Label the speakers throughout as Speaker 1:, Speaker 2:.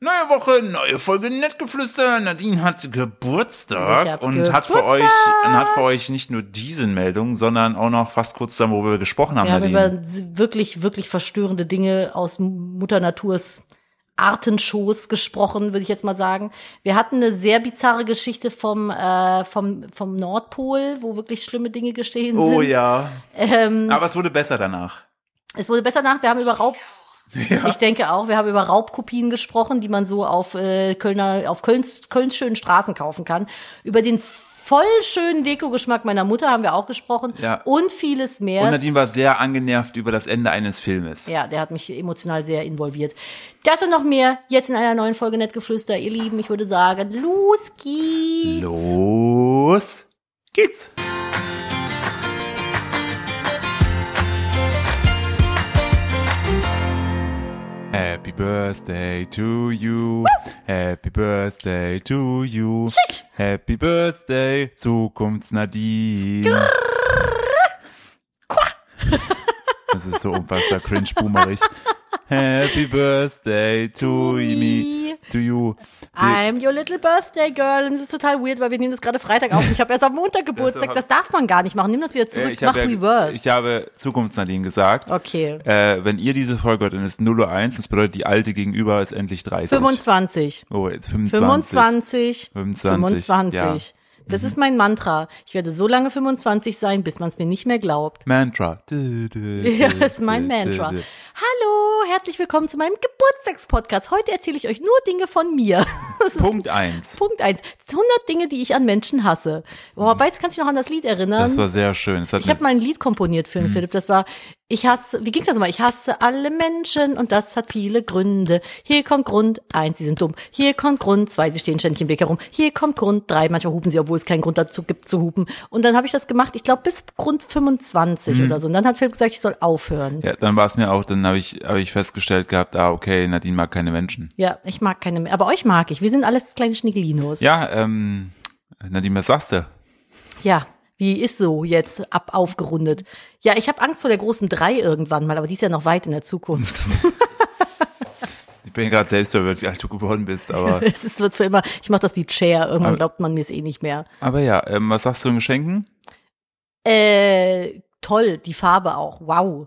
Speaker 1: Neue Woche, neue Folge Nettgeflüster. Nadine hat
Speaker 2: Ich
Speaker 1: Geburtstag
Speaker 2: hab
Speaker 1: und hat für euch
Speaker 2: Geburtstag.
Speaker 1: und hat für euch nicht nur diese Meldung, sondern auch noch fast kurz dann, worüber wir gesprochen haben,
Speaker 2: Wir haben
Speaker 1: Nadine.
Speaker 2: über wirklich, wirklich verstörende Dinge aus Mutter Naturs Artenschoß gesprochen, würde ich jetzt mal sagen. Wir hatten eine sehr bizarre Geschichte vom, äh, vom, vom Nordpol, wo wirklich schlimme Dinge geschehen sind.
Speaker 1: oh ja.
Speaker 2: Ähm,
Speaker 1: Aber es wurde besser danach.
Speaker 2: es wurde besser nach, wir haben über Raub. Ich denke auch, wir haben über Raubkopien gesprochen, die man so auf äh, Kölner, auf Kölns, Kölns schönen Straßen kaufen kann. Über den voll schönen Dekogeschmack meiner Mutter haben wir auch gesprochen
Speaker 1: Ja.
Speaker 2: und vieles mehr.
Speaker 1: Und Nadine war sehr angenervt über das Ende eines Filmes.
Speaker 2: Ja, der hat mich emotional sehr involviert. Das und noch mehr jetzt in einer neuen Folge Nettgeflüster. Ihr Lieben, ich würde sagen, los geht's.
Speaker 1: Los geht's. Happy Birthday to you. Happy Birthday to you.
Speaker 2: Shit.
Speaker 1: Happy Birthday, Zukunftsnadine. Das ist so unfassbar cringe-boomerig. Happy Birthday to me.
Speaker 2: me.
Speaker 1: To you.
Speaker 2: I'm your little birthday girl. Und es ist total weird, weil wir nehmen das gerade Freitag auf. Und ich habe erst am Montag Geburtstag. Das darf man gar nicht machen. Nimm das wieder
Speaker 1: Äh,
Speaker 2: zurück.
Speaker 1: ich
Speaker 2: Mach
Speaker 1: habe ja-
Speaker 2: Reverse.
Speaker 1: Ich habe Zukunftsnadine gesagt.
Speaker 2: okay.
Speaker 1: Äh, wenn ihr diese Folge hört, dann ist 0.01, das bedeutet, die alte gegenüber ist endlich 30.
Speaker 2: 25.
Speaker 1: Oh, jetzt 25.
Speaker 2: 25.
Speaker 1: 25,
Speaker 2: 25. Das ist mein Mantra. Ich werde so lange 25 sein, bis man es mir nicht mehr glaubt.
Speaker 1: Mantra. Dü, dü, dü,
Speaker 2: Ja, das ist mein
Speaker 1: dü, dü,
Speaker 2: Mantra.
Speaker 1: dü.
Speaker 2: Hallo, herzlich willkommen zu meinem Geburtstagspodcast. Heute erzähle ich euch nur Dinge von mir. Das ist
Speaker 1: Punkt 1.
Speaker 2: Punkt eins. 100 Dinge, die ich an Menschen hasse. Boah, weißt, kannst du dich noch an das Lied erinnern?
Speaker 1: Mhm. Das war sehr schön. Das Mhm. hat
Speaker 2: ich habe
Speaker 1: mir-
Speaker 2: mal ein Lied komponiert für den Philipp. Das war, ich hasse, wie ging das mal? Ich hasse alle Menschen und das hat viele Gründe. Hier kommt Grund eins, sie sind dumm. Hier kommt Grund zwei, sie stehen ständig im Weg herum. Hier kommt Grund drei, manchmal hupen sie, obwohl es keinen Grund dazu gibt zu hupen. Und dann habe ich das gemacht, ich glaube bis Grund
Speaker 1: Mhm.
Speaker 2: 25 oder so. Und dann hat Philipp gesagt, ich soll aufhören.
Speaker 1: ja, dann war es mir auch, dann habe ich, hab ich festgestellt gehabt, ah, okay, Nadine mag keine Menschen.
Speaker 2: Ja, ich mag keine mehr. Aber euch mag ich. Wir sind alles kleine Schnickelinos.
Speaker 1: Ja, ähm, Nadine, was sagst du?
Speaker 2: Ja, wie ist so jetzt ab aufgerundet? Ja, ich habe Angst vor der großen Drei irgendwann mal, aber die ist ja noch weit in der Zukunft.
Speaker 1: Ich bin gerade selbst verwirrt, wie alt du geworden bist, aber.
Speaker 2: es ist- wird für immer, ich mache das wie Chair, irgendwann
Speaker 1: Aber-
Speaker 2: glaubt man mir es eh nicht mehr.
Speaker 1: aber ja, ähm, was sagst du in Geschenken?
Speaker 2: Äh, toll, die Farbe auch, wow.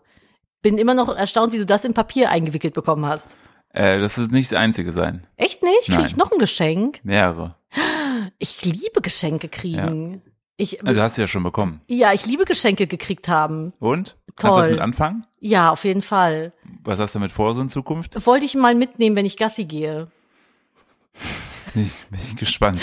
Speaker 2: Bin immer noch erstaunt, wie du das in Papier eingewickelt bekommen hast.
Speaker 1: Äh, das wird nicht das einzige sein.
Speaker 2: Echt nicht? Krieg
Speaker 1: Nein.
Speaker 2: ich noch ein Geschenk?
Speaker 1: Mehrere.
Speaker 2: Ich liebe Geschenke kriegen. Ich,
Speaker 1: Also hast du ja schon bekommen.
Speaker 2: ja, ich liebe Geschenke gekriegt haben.
Speaker 1: Und? Kannst du das
Speaker 2: Toll.
Speaker 1: mit anfangen?
Speaker 2: Ja, auf jeden Fall.
Speaker 1: Was hast du damit vor, so in Zukunft?
Speaker 2: Wollte ich mal mitnehmen, wenn ich Gassi gehe.
Speaker 1: Bin ich, bin ich gespannt.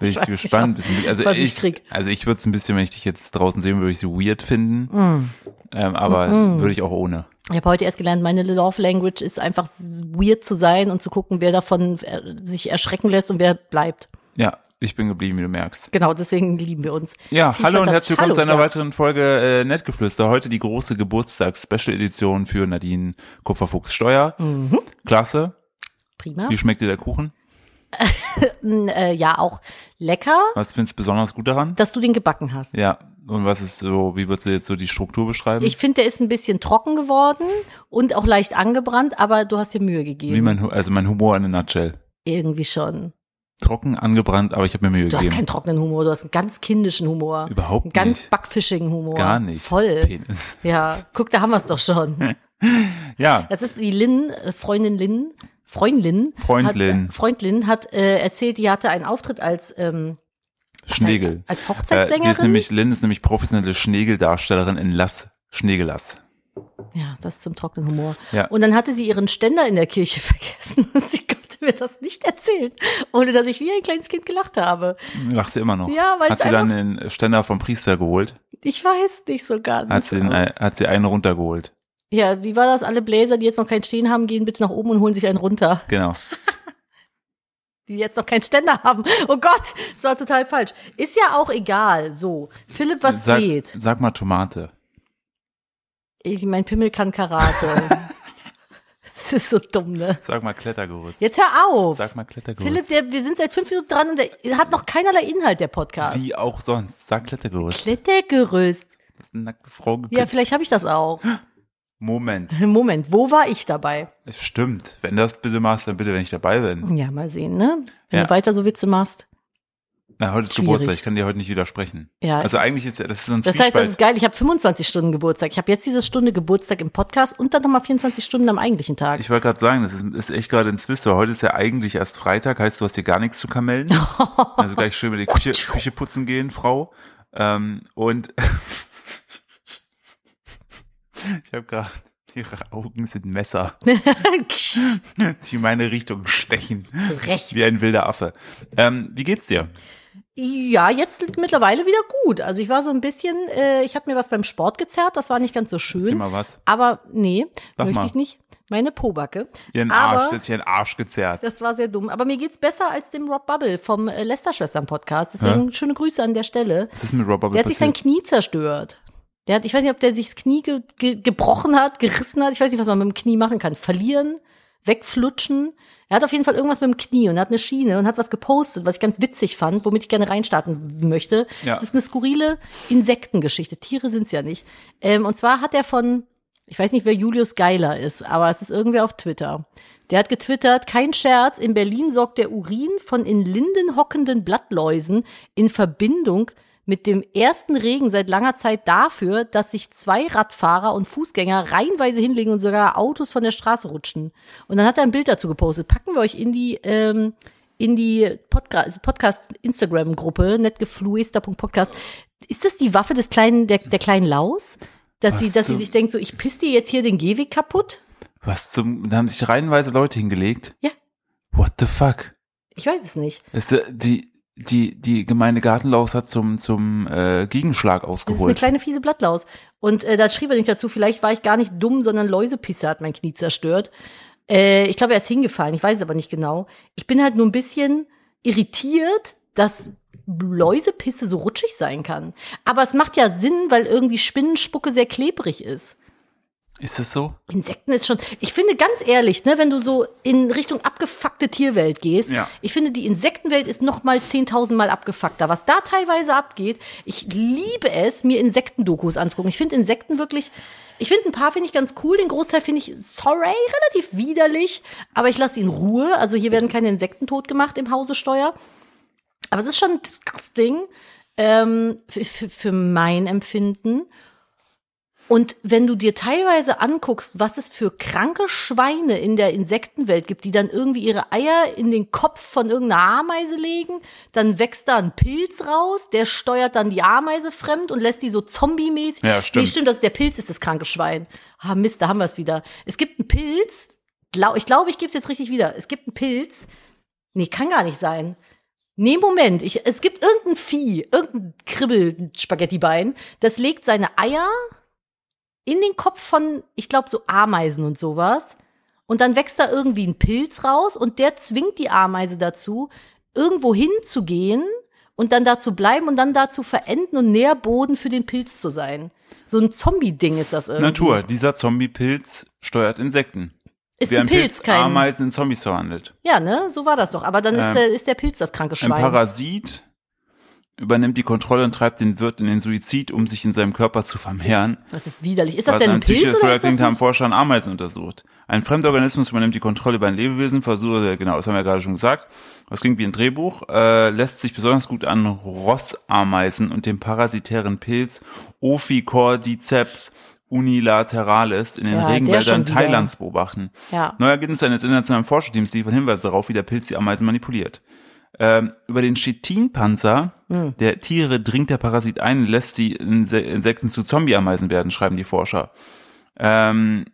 Speaker 1: Bin ich,
Speaker 2: weiß nicht,
Speaker 1: gespannt.
Speaker 2: was-
Speaker 1: also,
Speaker 2: was
Speaker 1: ich,
Speaker 2: ich krieg.
Speaker 1: also ich würde es ein bisschen, wenn ich dich jetzt draußen sehen würde, ich sie weird finden.
Speaker 2: Mm.
Speaker 1: Ähm, aber würde ich auch ohne.
Speaker 2: Ich habe heute erst gelernt, meine Love Language ist einfach weird zu sein und zu gucken, wer davon äh, sich erschrecken lässt und wer bleibt.
Speaker 1: Ja, ich bin geblieben, wie du merkst.
Speaker 2: Genau, deswegen lieben wir uns.
Speaker 1: Ja,
Speaker 2: Viel
Speaker 1: hallo und
Speaker 2: Spaß.
Speaker 1: herzlich willkommen
Speaker 2: Hallo,
Speaker 1: zu einer
Speaker 2: ja.
Speaker 1: weiteren Folge äh, Nettgeflüster. Heute die große Geburtstags-Special-Edition für Nadine Kupferfuchs-Steuer.
Speaker 2: Mhm.
Speaker 1: Klasse.
Speaker 2: Prima.
Speaker 1: Wie schmeckt dir der Kuchen?
Speaker 2: Mm, äh, ja, auch lecker,
Speaker 1: Was findest du besonders gut daran?
Speaker 2: dass du den gebacken hast.
Speaker 1: Ja, und was ist so, wie würdest du jetzt so die Struktur beschreiben?
Speaker 2: Ich finde, der ist ein bisschen trocken geworden und auch leicht angebrannt, aber du hast dir Mühe
Speaker 1: wie
Speaker 2: gegeben.
Speaker 1: mein, Hu- also mein Humor in a nutshell.
Speaker 2: Irgendwie schon.
Speaker 1: Trocken, angebrannt, aber ich habe mir Mühe
Speaker 2: Du hast
Speaker 1: gegeben.
Speaker 2: keinen trockenen Humor, du hast einen ganz kindischen Humor.
Speaker 1: Überhaupt
Speaker 2: einen ganz
Speaker 1: nicht.
Speaker 2: backfischigen Humor.
Speaker 1: Gar nicht.
Speaker 2: Voll.
Speaker 1: Penis.
Speaker 2: Ja, guck, da haben wir es doch schon.
Speaker 1: Ja,
Speaker 2: Das ist die Lin, äh, Freundin Lin, Freundin.
Speaker 1: Freundlin.
Speaker 2: Hat, Freundlin hat äh, erzählt, die hatte einen Auftritt als, ähm,
Speaker 1: Schnegel. Äh, die
Speaker 2: als
Speaker 1: ist
Speaker 2: Hochzeitssängerin.
Speaker 1: nämlich, Lynn ist nämlich professionelle Schnegeldarstellerin in Lass, Schnegelass.
Speaker 2: ja, das zum trockenen Humor.
Speaker 1: Ja.
Speaker 2: Und dann hatte sie ihren Ständer in der Kirche vergessen und sie konnte mir das nicht erzählen, ohne dass ich wie ein kleines Kind gelacht habe.
Speaker 1: Lacht sie immer noch.
Speaker 2: Ja, weil
Speaker 1: Hat
Speaker 2: es
Speaker 1: sie dann den Ständer vom Priester geholt?
Speaker 2: Ich weiß nicht so ganz.
Speaker 1: Hat sie, den, äh, hat sie einen runtergeholt?
Speaker 2: ja, wie war das? Alle Bläser, die jetzt noch keinen Stehen haben, gehen bitte nach oben und holen sich einen runter.
Speaker 1: Genau.
Speaker 2: die jetzt noch keinen Ständer haben. Oh Gott, das war total falsch. Ist ja auch egal. So, Philipp, was
Speaker 1: sag,
Speaker 2: geht?
Speaker 1: Sag mal Tomate.
Speaker 2: Ich, mein Pimmel kann Karate. das ist so dumm, ne?
Speaker 1: Sag mal Klettergerüst.
Speaker 2: Jetzt hör auf.
Speaker 1: Sag mal Klettergerüst.
Speaker 2: Philipp, der, wir sind seit fünf Minuten dran und der hat noch keinerlei Inhalt, der Podcast.
Speaker 1: Wie auch sonst. Sag Klettergerüst.
Speaker 2: Klettergerüst.
Speaker 1: Das ist eine nackte Frau
Speaker 2: Ja,
Speaker 1: geküsst.
Speaker 2: vielleicht habe ich das auch.
Speaker 1: Moment.
Speaker 2: Moment, wo war ich dabei?
Speaker 1: Es stimmt. Wenn das bitte machst, dann bitte, wenn ich dabei bin.
Speaker 2: Ja, mal sehen, ne? Wenn
Speaker 1: Ja.
Speaker 2: du weiter so Witze machst.
Speaker 1: Na, heute ist
Speaker 2: Schwierig.
Speaker 1: Geburtstag. Ich kann dir heute nicht widersprechen.
Speaker 2: Ja.
Speaker 1: Also eigentlich ist ja- das ist so ein
Speaker 2: Das heißt, das ist
Speaker 1: Zwiespalt.
Speaker 2: geil. Ich habe 25 Stunden Geburtstag. Ich habe jetzt diese Stunde Geburtstag im Podcast und dann nochmal 24 Stunden am eigentlichen Tag.
Speaker 1: Ich wollte gerade sagen, das ist, ist echt gerade ein Zwist, weil heute ist ja eigentlich erst Freitag, heißt du hast hier gar nichts zu kamellen. Also gleich schön mit die Küche, Küche putzen gehen, Frau. Ähm, und ich habe gerade, ihre Augen sind Messer,
Speaker 2: Zu
Speaker 1: die in meine Richtung stechen.
Speaker 2: Recht.
Speaker 1: Wie ein wilder Affe. Ähm, wie geht's dir?
Speaker 2: Ja, jetzt mittlerweile wieder gut. Also ich war so ein bisschen, äh, ich hatte mir was beim Sport gezerrt, das war nicht ganz so
Speaker 1: Erzähl
Speaker 2: schön.
Speaker 1: mal was.
Speaker 2: Aber nee,
Speaker 1: Sag
Speaker 2: möchte
Speaker 1: mal.
Speaker 2: ich nicht. Meine Pobacke.
Speaker 1: Dir ein
Speaker 2: Aber-
Speaker 1: Arsch, jetzt hier ein Arsch gezerrt.
Speaker 2: Das war sehr dumm. Aber mir geht's besser als dem Rob Bubble vom äh, Lester-Schwestern-Podcast. Deswegen schöne Grüße an der Stelle.
Speaker 1: Was ist mit Rob Bubble
Speaker 2: Der hat sich sein
Speaker 1: passiert?
Speaker 2: Knie zerstört. Der hat, ich weiß nicht, ob der sich das Knie ge ge gebrochen hat, gerissen hat. Ich weiß nicht, was man mit dem Knie machen kann. Verlieren, wegflutschen. Er hat auf jeden Fall irgendwas mit dem Knie und er hat eine Schiene und hat was gepostet, was ich ganz witzig fand, womit ich gerne reinstarten möchte.
Speaker 1: Ja.
Speaker 2: Das ist eine skurrile Insektengeschichte. Tiere sind's ja nicht. Ähm, und zwar hat er von, ich weiß nicht, wer Julius Geiler ist, aber es ist irgendwer auf Twitter. Der hat getwittert, kein Scherz, in Berlin sorgt der Urin von in Linden hockenden Blattläusen in Verbindung mit dem ersten Regen seit langer Zeit dafür, dass sich zwei Radfahrer und Fußgänger reihenweise hinlegen und sogar Autos von der Straße rutschen. Und dann hat er ein Bild dazu gepostet. Packen wir euch in die, ähm, in die Podca also Podcast-Instagram-Gruppe, netgefluester.podcast. Ist das die Waffe des kleinen, der, der kleinen Laus? Dass sie,
Speaker 1: Ach
Speaker 2: dass
Speaker 1: so.
Speaker 2: sie sich denkt, so, ich piss dir jetzt hier den Gehweg kaputt?
Speaker 1: Was zum, da haben sich reihenweise Leute hingelegt?
Speaker 2: Ja.
Speaker 1: What the fuck?
Speaker 2: Ich weiß es nicht.
Speaker 1: Ist, äh, die, die, die Gemeinde Gartenlaus hat zum, zum äh, Gegenschlag
Speaker 2: Das ist eine
Speaker 1: ausgeholt.
Speaker 2: kleine fiese Blattlaus. Und äh, da schrieb er nicht dazu, vielleicht war ich gar nicht dumm, sondern Läusepisse hat mein Knie zerstört. Äh, ich glaube, er ist hingefallen, ich weiß es aber nicht genau. Ich bin halt nur ein bisschen irritiert, dass Läusepisse so rutschig sein kann. Aber es macht ja Sinn, weil irgendwie Spinnenspucke sehr klebrig ist.
Speaker 1: Ist das so?
Speaker 2: Insekten ist schon, ich finde ganz ehrlich, ne, wenn du so in Richtung abgefuckte Tierwelt gehst,
Speaker 1: Ja.
Speaker 2: ich finde die Insektenwelt ist noch mal 10.000 Mal abgefuckter. Was da teilweise abgeht, ich liebe es, mir Insektendokus anzugucken. Ich finde Insekten wirklich, ich finde ein paar finde ich ganz cool, den Großteil finde ich, sorry, relativ widerlich, aber ich lasse ihn in Ruhe. Also hier werden keine Insekten tot gemacht im Hause Steuer. Aber es ist schon disgusting ähm, f- f- für mein Empfinden. Und wenn du dir teilweise anguckst, was es für kranke Schweine in der Insektenwelt gibt, die dann irgendwie ihre Eier in den Kopf von irgendeiner Ameise legen, dann wächst da ein Pilz raus, der steuert dann die Ameise fremd und lässt die so zombie-mäßig.
Speaker 1: Ja, stimmt.
Speaker 2: Nee, stimmt, das ist der Pilz ist das kranke Schwein. Ah, Mist, da haben wir es wieder. Es gibt einen Pilz, glau- ich glaube, ich gebe es jetzt richtig wieder. Es gibt einen Pilz, nee, kann gar nicht sein. Nee, Moment. Ich, es gibt irgendein Vieh, irgendein Kribbel-Spaghettibein, das legt seine Eier in den Kopf von, ich glaube, so Ameisen und sowas. Und dann wächst da irgendwie ein Pilz raus und der zwingt die Ameise dazu, irgendwo hinzugehen und dann da zu bleiben und dann da zu verenden und Nährboden für den Pilz zu sein. So ein Zombie-Ding ist das irgendwie.
Speaker 1: Natur, dieser Zombie-Pilz steuert Insekten.
Speaker 2: Ist ein Pilz, kein.
Speaker 1: Ameisen in Zombies verwandelt.
Speaker 2: Ja, ne? So war das doch. Aber dann
Speaker 1: Ähm,
Speaker 2: ist, der, ist der Pilz das kranke
Speaker 1: Ein
Speaker 2: Schwein.
Speaker 1: Parasit übernimmt die Kontrolle und treibt den Wirt in den Suizid, um sich in seinem Körper zu vermehren.
Speaker 2: das ist widerlich. Ist das denn
Speaker 1: an
Speaker 2: ein Pilz oder ist das
Speaker 1: Psychotherapeutin
Speaker 2: ein
Speaker 1: haben Forscher an Ameisen untersucht. Ein Fremdorganismus übernimmt die Kontrolle über ein Lebewesen, versuche, genau, das haben wir gerade schon gesagt. Das klingt wie ein Drehbuch, äh, lässt sich besonders gut an Rossameisen und dem parasitären Pilz Ophicordyceps unilateralis in den
Speaker 2: Ja, der schon
Speaker 1: Regenwäldern
Speaker 2: wieder.
Speaker 1: Thailands beobachten.
Speaker 2: Ja.
Speaker 1: Neue Ergebnisse eines internationalen Forscherteams liefern Hinweise darauf, wie der Pilz die Ameisen manipuliert. Ähm, über den Chitinpanzer der Tiere dringt der Parasit ein und lässt die Inse Insekten zu Zombie-Ameisen werden, schreiben die Forscher. Ähm,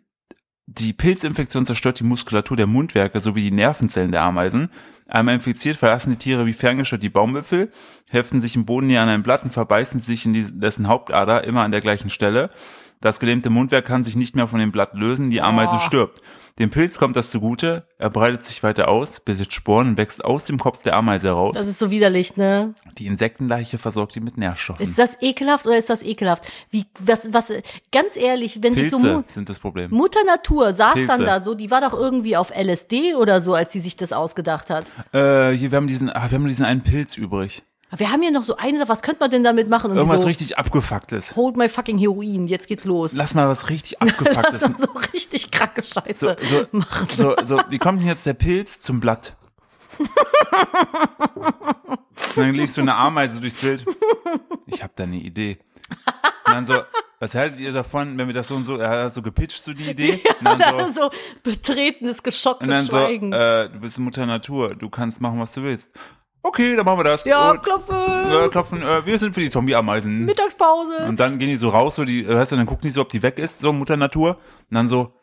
Speaker 1: die Pilzinfektion zerstört die Muskulatur der Mundwerke sowie die Nervenzellen der Ameisen. Einmal infiziert verlassen die Tiere wie ferngesteuert die Baumwipfel, heften sich im Boden näher an ein Blatt und verbeißen sich in die- dessen Hauptader immer an der gleichen Stelle. Das gelähmte Mundwerk kann sich nicht mehr von dem Blatt lösen, die Ameise
Speaker 2: Boah.
Speaker 1: stirbt. Dem Pilz kommt das zugute, er breitet sich weiter aus, bildet Sporen und wächst aus dem Kopf der Ameise heraus.
Speaker 2: Das ist so widerlich, ne?
Speaker 1: Die Insektenleiche versorgt ihn mit Nährstoffen.
Speaker 2: Ist das ekelhaft oder ist das ekelhaft? Wie, was, was, ganz ehrlich, wenn sich so
Speaker 1: Pilze
Speaker 2: Mu
Speaker 1: sind das Problem.
Speaker 2: Mutter Natur saß
Speaker 1: Pilze.
Speaker 2: dann da so, die war doch irgendwie auf LSD oder so, als sie sich das ausgedacht hat.
Speaker 1: Äh, hier, wir haben diesen, ah, wir haben diesen einen Pilz übrig.
Speaker 2: Aber wir haben hier noch so eine, Sache, was könnte man denn damit machen? Und die
Speaker 1: Irgendwas
Speaker 2: so,
Speaker 1: richtig abgefucktes.
Speaker 2: hold my fucking Heroin, jetzt geht's los.
Speaker 1: Lass mal was richtig abgefucktes.
Speaker 2: so richtig kranke Scheiße
Speaker 1: so, so,
Speaker 2: machen.
Speaker 1: so, so, wie kommt denn jetzt der Pilz zum Blatt? Und dann lief so eine Ameise durchs Bild. Ich habe da eine Idee. Und dann so, was haltet ihr davon, wenn wir das so und so, er hat das so gepitcht, so die Idee? Und dann so,
Speaker 2: so, betretenes, geschocktes
Speaker 1: Und dann so,
Speaker 2: Schweigen.
Speaker 1: äh, du bist Mutter Natur, du kannst machen, was du willst. Okay, dann machen wir das.
Speaker 2: ja,
Speaker 1: und,
Speaker 2: klopfe,
Speaker 1: äh, klopfen, äh, wir sind für die Zombie-Ameisen.
Speaker 2: Mittagspause.
Speaker 1: Und dann gehen die so raus, so die, äh, weißt du, dann gucken die so, ob die weg ist, so Mutter Natur. Und dann so,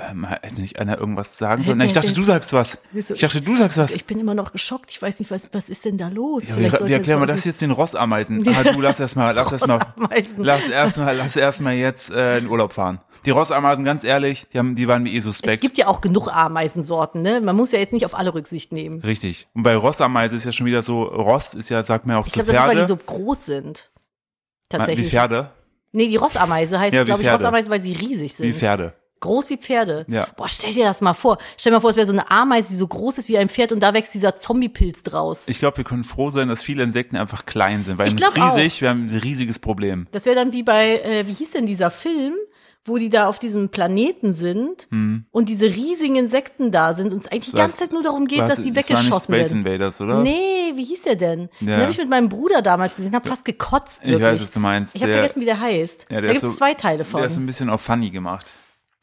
Speaker 1: ähm, hätte nicht einer irgendwas sagen sollen? Na, ich dachte, du sagst was. Ich dachte, du sagst was.
Speaker 2: ich bin immer noch geschockt. Ich weiß nicht, was, was ist denn da los?
Speaker 1: Ja, wie, wie erklären wir das jetzt den Rossameisen? Ah, du, lass erstmal, lass erstmal,
Speaker 2: Rossameisen.
Speaker 1: lass erstmal, lass erstmal jetzt äh, in Urlaub fahren. Die Rossameisen, ganz ehrlich, die, haben, die waren mir eh
Speaker 2: Es
Speaker 1: suspekt.
Speaker 2: gibt ja auch genug Ameisensorten, ne? Man muss ja jetzt nicht auf alle Rücksicht nehmen.
Speaker 1: Richtig. Und bei Rossameise ist ja schon wieder so, Ross ist ja, sagt man ja auch
Speaker 2: Ich
Speaker 1: zu
Speaker 2: glaube, das ist, weil
Speaker 1: Pferde.
Speaker 2: die so groß sind.
Speaker 1: Man- wie
Speaker 2: Tatsächlich.
Speaker 1: Pferde?
Speaker 2: Nee, die Rossameise heißt,
Speaker 1: Ja, wie
Speaker 2: glaube ich,
Speaker 1: Pferde.
Speaker 2: Rossameise, weil sie riesig sind.
Speaker 1: Wie Pferde.
Speaker 2: Groß wie Pferde.
Speaker 1: Ja.
Speaker 2: Boah, stell dir das mal vor. Stell dir mal vor, es wäre so eine Ameise, die so groß ist wie ein Pferd und da wächst dieser Zombie-Pilz draus.
Speaker 1: Ich glaube, wir können froh sein, dass viele Insekten einfach klein sind, weil
Speaker 2: Ich glaub
Speaker 1: riesig, wir haben ein riesiges Problem.
Speaker 2: Das wäre dann wie bei, äh, wie hieß denn dieser Film, wo die da auf diesem Planeten sind
Speaker 1: Hm.
Speaker 2: und diese riesigen Insekten da sind und es eigentlich die
Speaker 1: Was-
Speaker 2: ganze Zeit nur darum geht,
Speaker 1: Was-
Speaker 2: dass die
Speaker 1: das war nicht
Speaker 2: weggeschossen
Speaker 1: Space
Speaker 2: werden.
Speaker 1: Invaders, oder?
Speaker 2: Nee, wie hieß der denn? Den
Speaker 1: Ja.
Speaker 2: habe ich mit meinem Bruder damals gesehen, habe fast gekotzt.
Speaker 1: Ich
Speaker 2: Wirklich.
Speaker 1: weiß, was du meinst.
Speaker 2: Ich habe
Speaker 1: Der-
Speaker 2: vergessen, wie der heißt.
Speaker 1: Ja, der
Speaker 2: da
Speaker 1: ist
Speaker 2: gibt's
Speaker 1: so-
Speaker 2: zwei Teile von.
Speaker 1: Der ist so ein bisschen auf funny gemacht.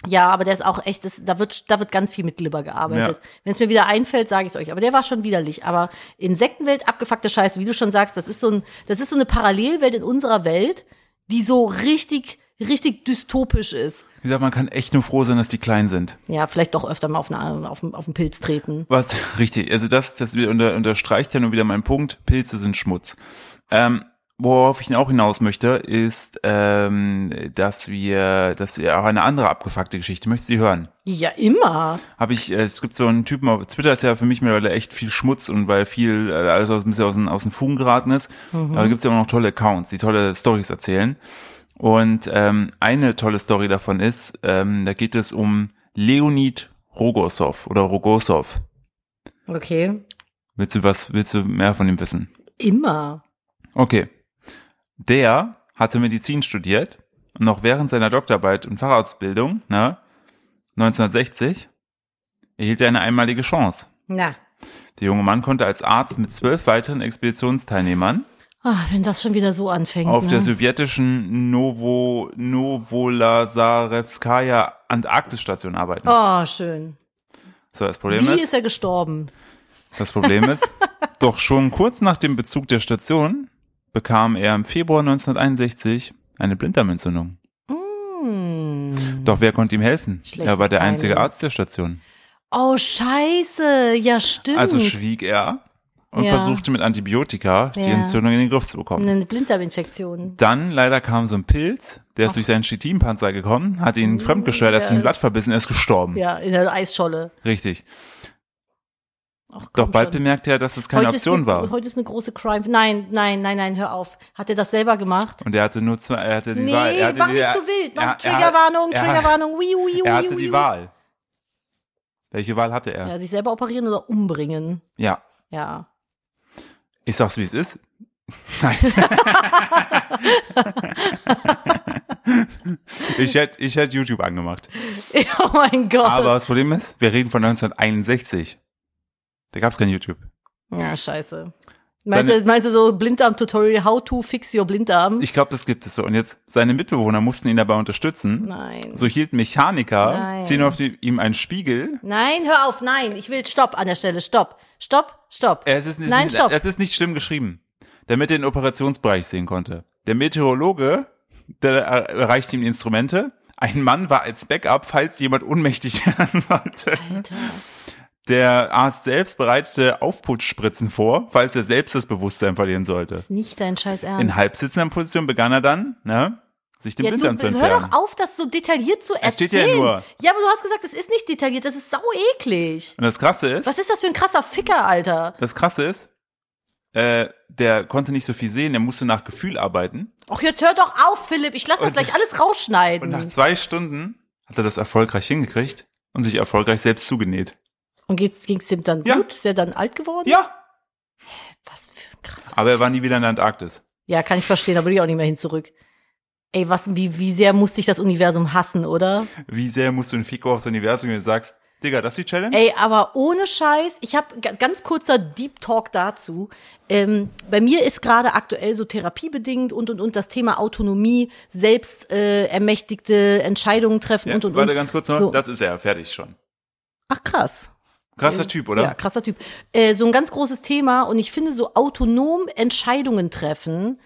Speaker 2: Ja, aber der ist auch echt, das, da, wird, da wird ganz viel mit Glibber gearbeitet. Wenn es mir wieder einfällt, sage ich es euch. Aber der war schon widerlich. Aber Insektenwelt, abgefuckte Scheiße, wie du schon sagst, das ist so, ein, das ist so eine Parallelwelt in unserer Welt, die so richtig, richtig dystopisch ist.
Speaker 1: Wie gesagt, man kann echt nur froh sein, dass die klein sind.
Speaker 2: Ja, vielleicht doch öfter mal auf, eine, auf, auf den Pilz treten.
Speaker 1: Was richtig, also das, das wieder unter, unterstreicht ja nur wieder meinen Punkt, Pilze sind Schmutz. Ähm, worauf ich auch hinaus möchte, ist, ähm, dass wir, dass wir auch eine andere abgefuckte Geschichte, möchtest du die hören?
Speaker 2: Ja, immer.
Speaker 1: habe ich, äh, es gibt so einen Typen auf Twitter, ist ja für mich mittlerweile echt viel Schmutz und weil viel, äh, alles aus, ein bisschen aus den, aus den Fugen geraten ist. Aber da gibt's ja immer noch tolle Accounts, die tolle Stories erzählen. Und ähm, eine tolle Story davon ist, ähm, da geht es um Leonid Rogosow oder Rogosow.
Speaker 2: Okay.
Speaker 1: Willst du was, willst du mehr von ihm wissen?
Speaker 2: Immer.
Speaker 1: Okay. Der hatte Medizin studiert und noch während seiner Doktorarbeit und Fachausbildung, ne, 1960, erhielt er eine einmalige Chance.
Speaker 2: Na.
Speaker 1: Der junge Mann konnte als Arzt mit zwölf weiteren Expeditionsteilnehmern
Speaker 2: Ach, Ah, wenn das schon wieder so anfängt.
Speaker 1: auf der
Speaker 2: ne?
Speaker 1: sowjetischen Novo, Novolasarevskaya Antarktisstation arbeiten.
Speaker 2: Oh, schön.
Speaker 1: So, das Problem
Speaker 2: Wie
Speaker 1: ist,
Speaker 2: ist er gestorben?
Speaker 1: das Problem ist, doch schon kurz nach dem Bezug der Station bekam er im Februar 1961 eine Blinddarmentzündung.
Speaker 2: Hm.
Speaker 1: Doch wer konnte ihm helfen?
Speaker 2: Schlechtes
Speaker 1: er war der einzige
Speaker 2: Timing.
Speaker 1: Arzt der Station.
Speaker 2: Oh, scheiße. Ja, stimmt.
Speaker 1: Also schwieg er und
Speaker 2: Hm. Ja.
Speaker 1: versuchte mit Antibiotika die
Speaker 2: Ja.
Speaker 1: Entzündung in den Griff zu bekommen.
Speaker 2: Eine Blinddarminfektion.
Speaker 1: Dann leider kam so ein Pilz, der ist durch seinen Chitinpanzer gekommen, hat ihn fremdgesteuert, hat sich ein
Speaker 2: ja.
Speaker 1: Blatt verbissen, er ist gestorben.
Speaker 2: Oh Ja, in der Eisscholle.
Speaker 1: Richtig.
Speaker 2: Ach, komm
Speaker 1: Doch bald
Speaker 2: schon.
Speaker 1: bemerkte er, dass das keine
Speaker 2: heute
Speaker 1: Option
Speaker 2: ist eine,
Speaker 1: war.
Speaker 2: Heute ist eine große Crime. Nein, nein, nein, nein, hör auf. Hat er das selber gemacht?
Speaker 1: Und er hatte nur zwei, er hatte die
Speaker 2: Nee,
Speaker 1: Wahl. Er hatte
Speaker 2: mach
Speaker 1: die,
Speaker 2: nicht zu wild.
Speaker 1: er-
Speaker 2: Noch
Speaker 1: er-
Speaker 2: Triggerwarnung,
Speaker 1: er-
Speaker 2: Triggerwarnung. Wii, wii, wii,
Speaker 1: Er hatte
Speaker 2: wii,
Speaker 1: die
Speaker 2: wii.
Speaker 1: Wahl. Welche Wahl hatte er?
Speaker 2: Ja, sich selber operieren oder umbringen.
Speaker 1: Ja.
Speaker 2: Ja.
Speaker 1: Ich sag's, wie es ist. Nein. ich hätte ich hätte YouTube angemacht.
Speaker 2: Oh mein Gott.
Speaker 1: Aber das Problem ist, wir reden von 1961. Da gab's kein YouTube.
Speaker 2: ja, scheiße.
Speaker 1: Seine-
Speaker 2: Meinst du, meinst du so Blinddarm-Tutorial, how to fix your Blinddarm?
Speaker 1: Ich glaube, das gibt es so. Und jetzt, seine Mitbewohner mussten ihn dabei unterstützen.
Speaker 2: nein.
Speaker 1: So hielten Mechaniker,
Speaker 2: Nein.
Speaker 1: ziehen auf die, ihm einen Spiegel.
Speaker 2: Nein, hör auf, nein. Ich will Stopp an der Stelle. Stopp. Stopp, stopp.
Speaker 1: Es ist, es
Speaker 2: nein,
Speaker 1: ist,
Speaker 2: stopp.
Speaker 1: es ist nicht schlimm geschrieben, damit er den Operationsbereich sehen konnte. Der Meteorologe, der erreichte ihm die Instrumente. Ein Mann war als Backup, falls jemand ohnmächtig werden sollte.
Speaker 2: Alter.
Speaker 1: Der Arzt selbst bereitete Aufputschspritzen vor, falls er selbst das Bewusstsein verlieren sollte.
Speaker 2: Nicht dein scheiß Ernst.
Speaker 1: In halbsitzender Position begann er dann, ne, sich den
Speaker 2: Ja,
Speaker 1: Blinddarm zu
Speaker 2: du, hör
Speaker 1: entfernen.
Speaker 2: doch auf, das so detailliert zu erzählen.
Speaker 1: steht ja nur.
Speaker 2: Ja, aber du hast gesagt, das ist nicht detailliert, das ist sau eklig.
Speaker 1: Und das Krasse ist,
Speaker 2: Was ist das für ein krasser Ficker, Alter?
Speaker 1: Das Krasse ist, äh, der konnte nicht so viel sehen, der musste nach Gefühl arbeiten.
Speaker 2: Och, jetzt hör doch auf, Philipp. Ich lass das gleich alles
Speaker 1: Und
Speaker 2: rausschneiden.
Speaker 1: nach
Speaker 2: Und,
Speaker 1: zwei Stunden hat er das erfolgreich hingekriegt und sich erfolgreich selbst zugenäht.
Speaker 2: geht's, ging's dem dann
Speaker 1: Ja.
Speaker 2: gut? Ist er dann alt geworden?
Speaker 1: Ja,
Speaker 2: Was für ein krasser.
Speaker 1: Aber er war nie wieder in der Antarktis.
Speaker 2: Ja, kann ich verstehen, da würde ich auch nicht mehr hin zurück. Ey, was, wie, wie sehr musste ich das Universum hassen, oder?
Speaker 1: Wie sehr musst du ein Fico aufs Universum gehen und sagst, Digga, das ist die Challenge?
Speaker 2: Ey, aber ohne Scheiß, ich habe ganz kurzer Deep Talk dazu. Ähm, bei mir ist gerade aktuell so therapiebedingt und und und das Thema Autonomie, selbst äh, ermächtigte Entscheidungen treffen
Speaker 1: ja,
Speaker 2: und und
Speaker 1: warte
Speaker 2: und.
Speaker 1: ganz kurz noch,
Speaker 2: So.
Speaker 1: das ist er, fertig schon.
Speaker 2: Ach krass.
Speaker 1: Krasser Typ, oder?
Speaker 2: Ja, krasser Typ. Äh, so ein ganz großes Thema und ich finde, so autonom Entscheidungen treffen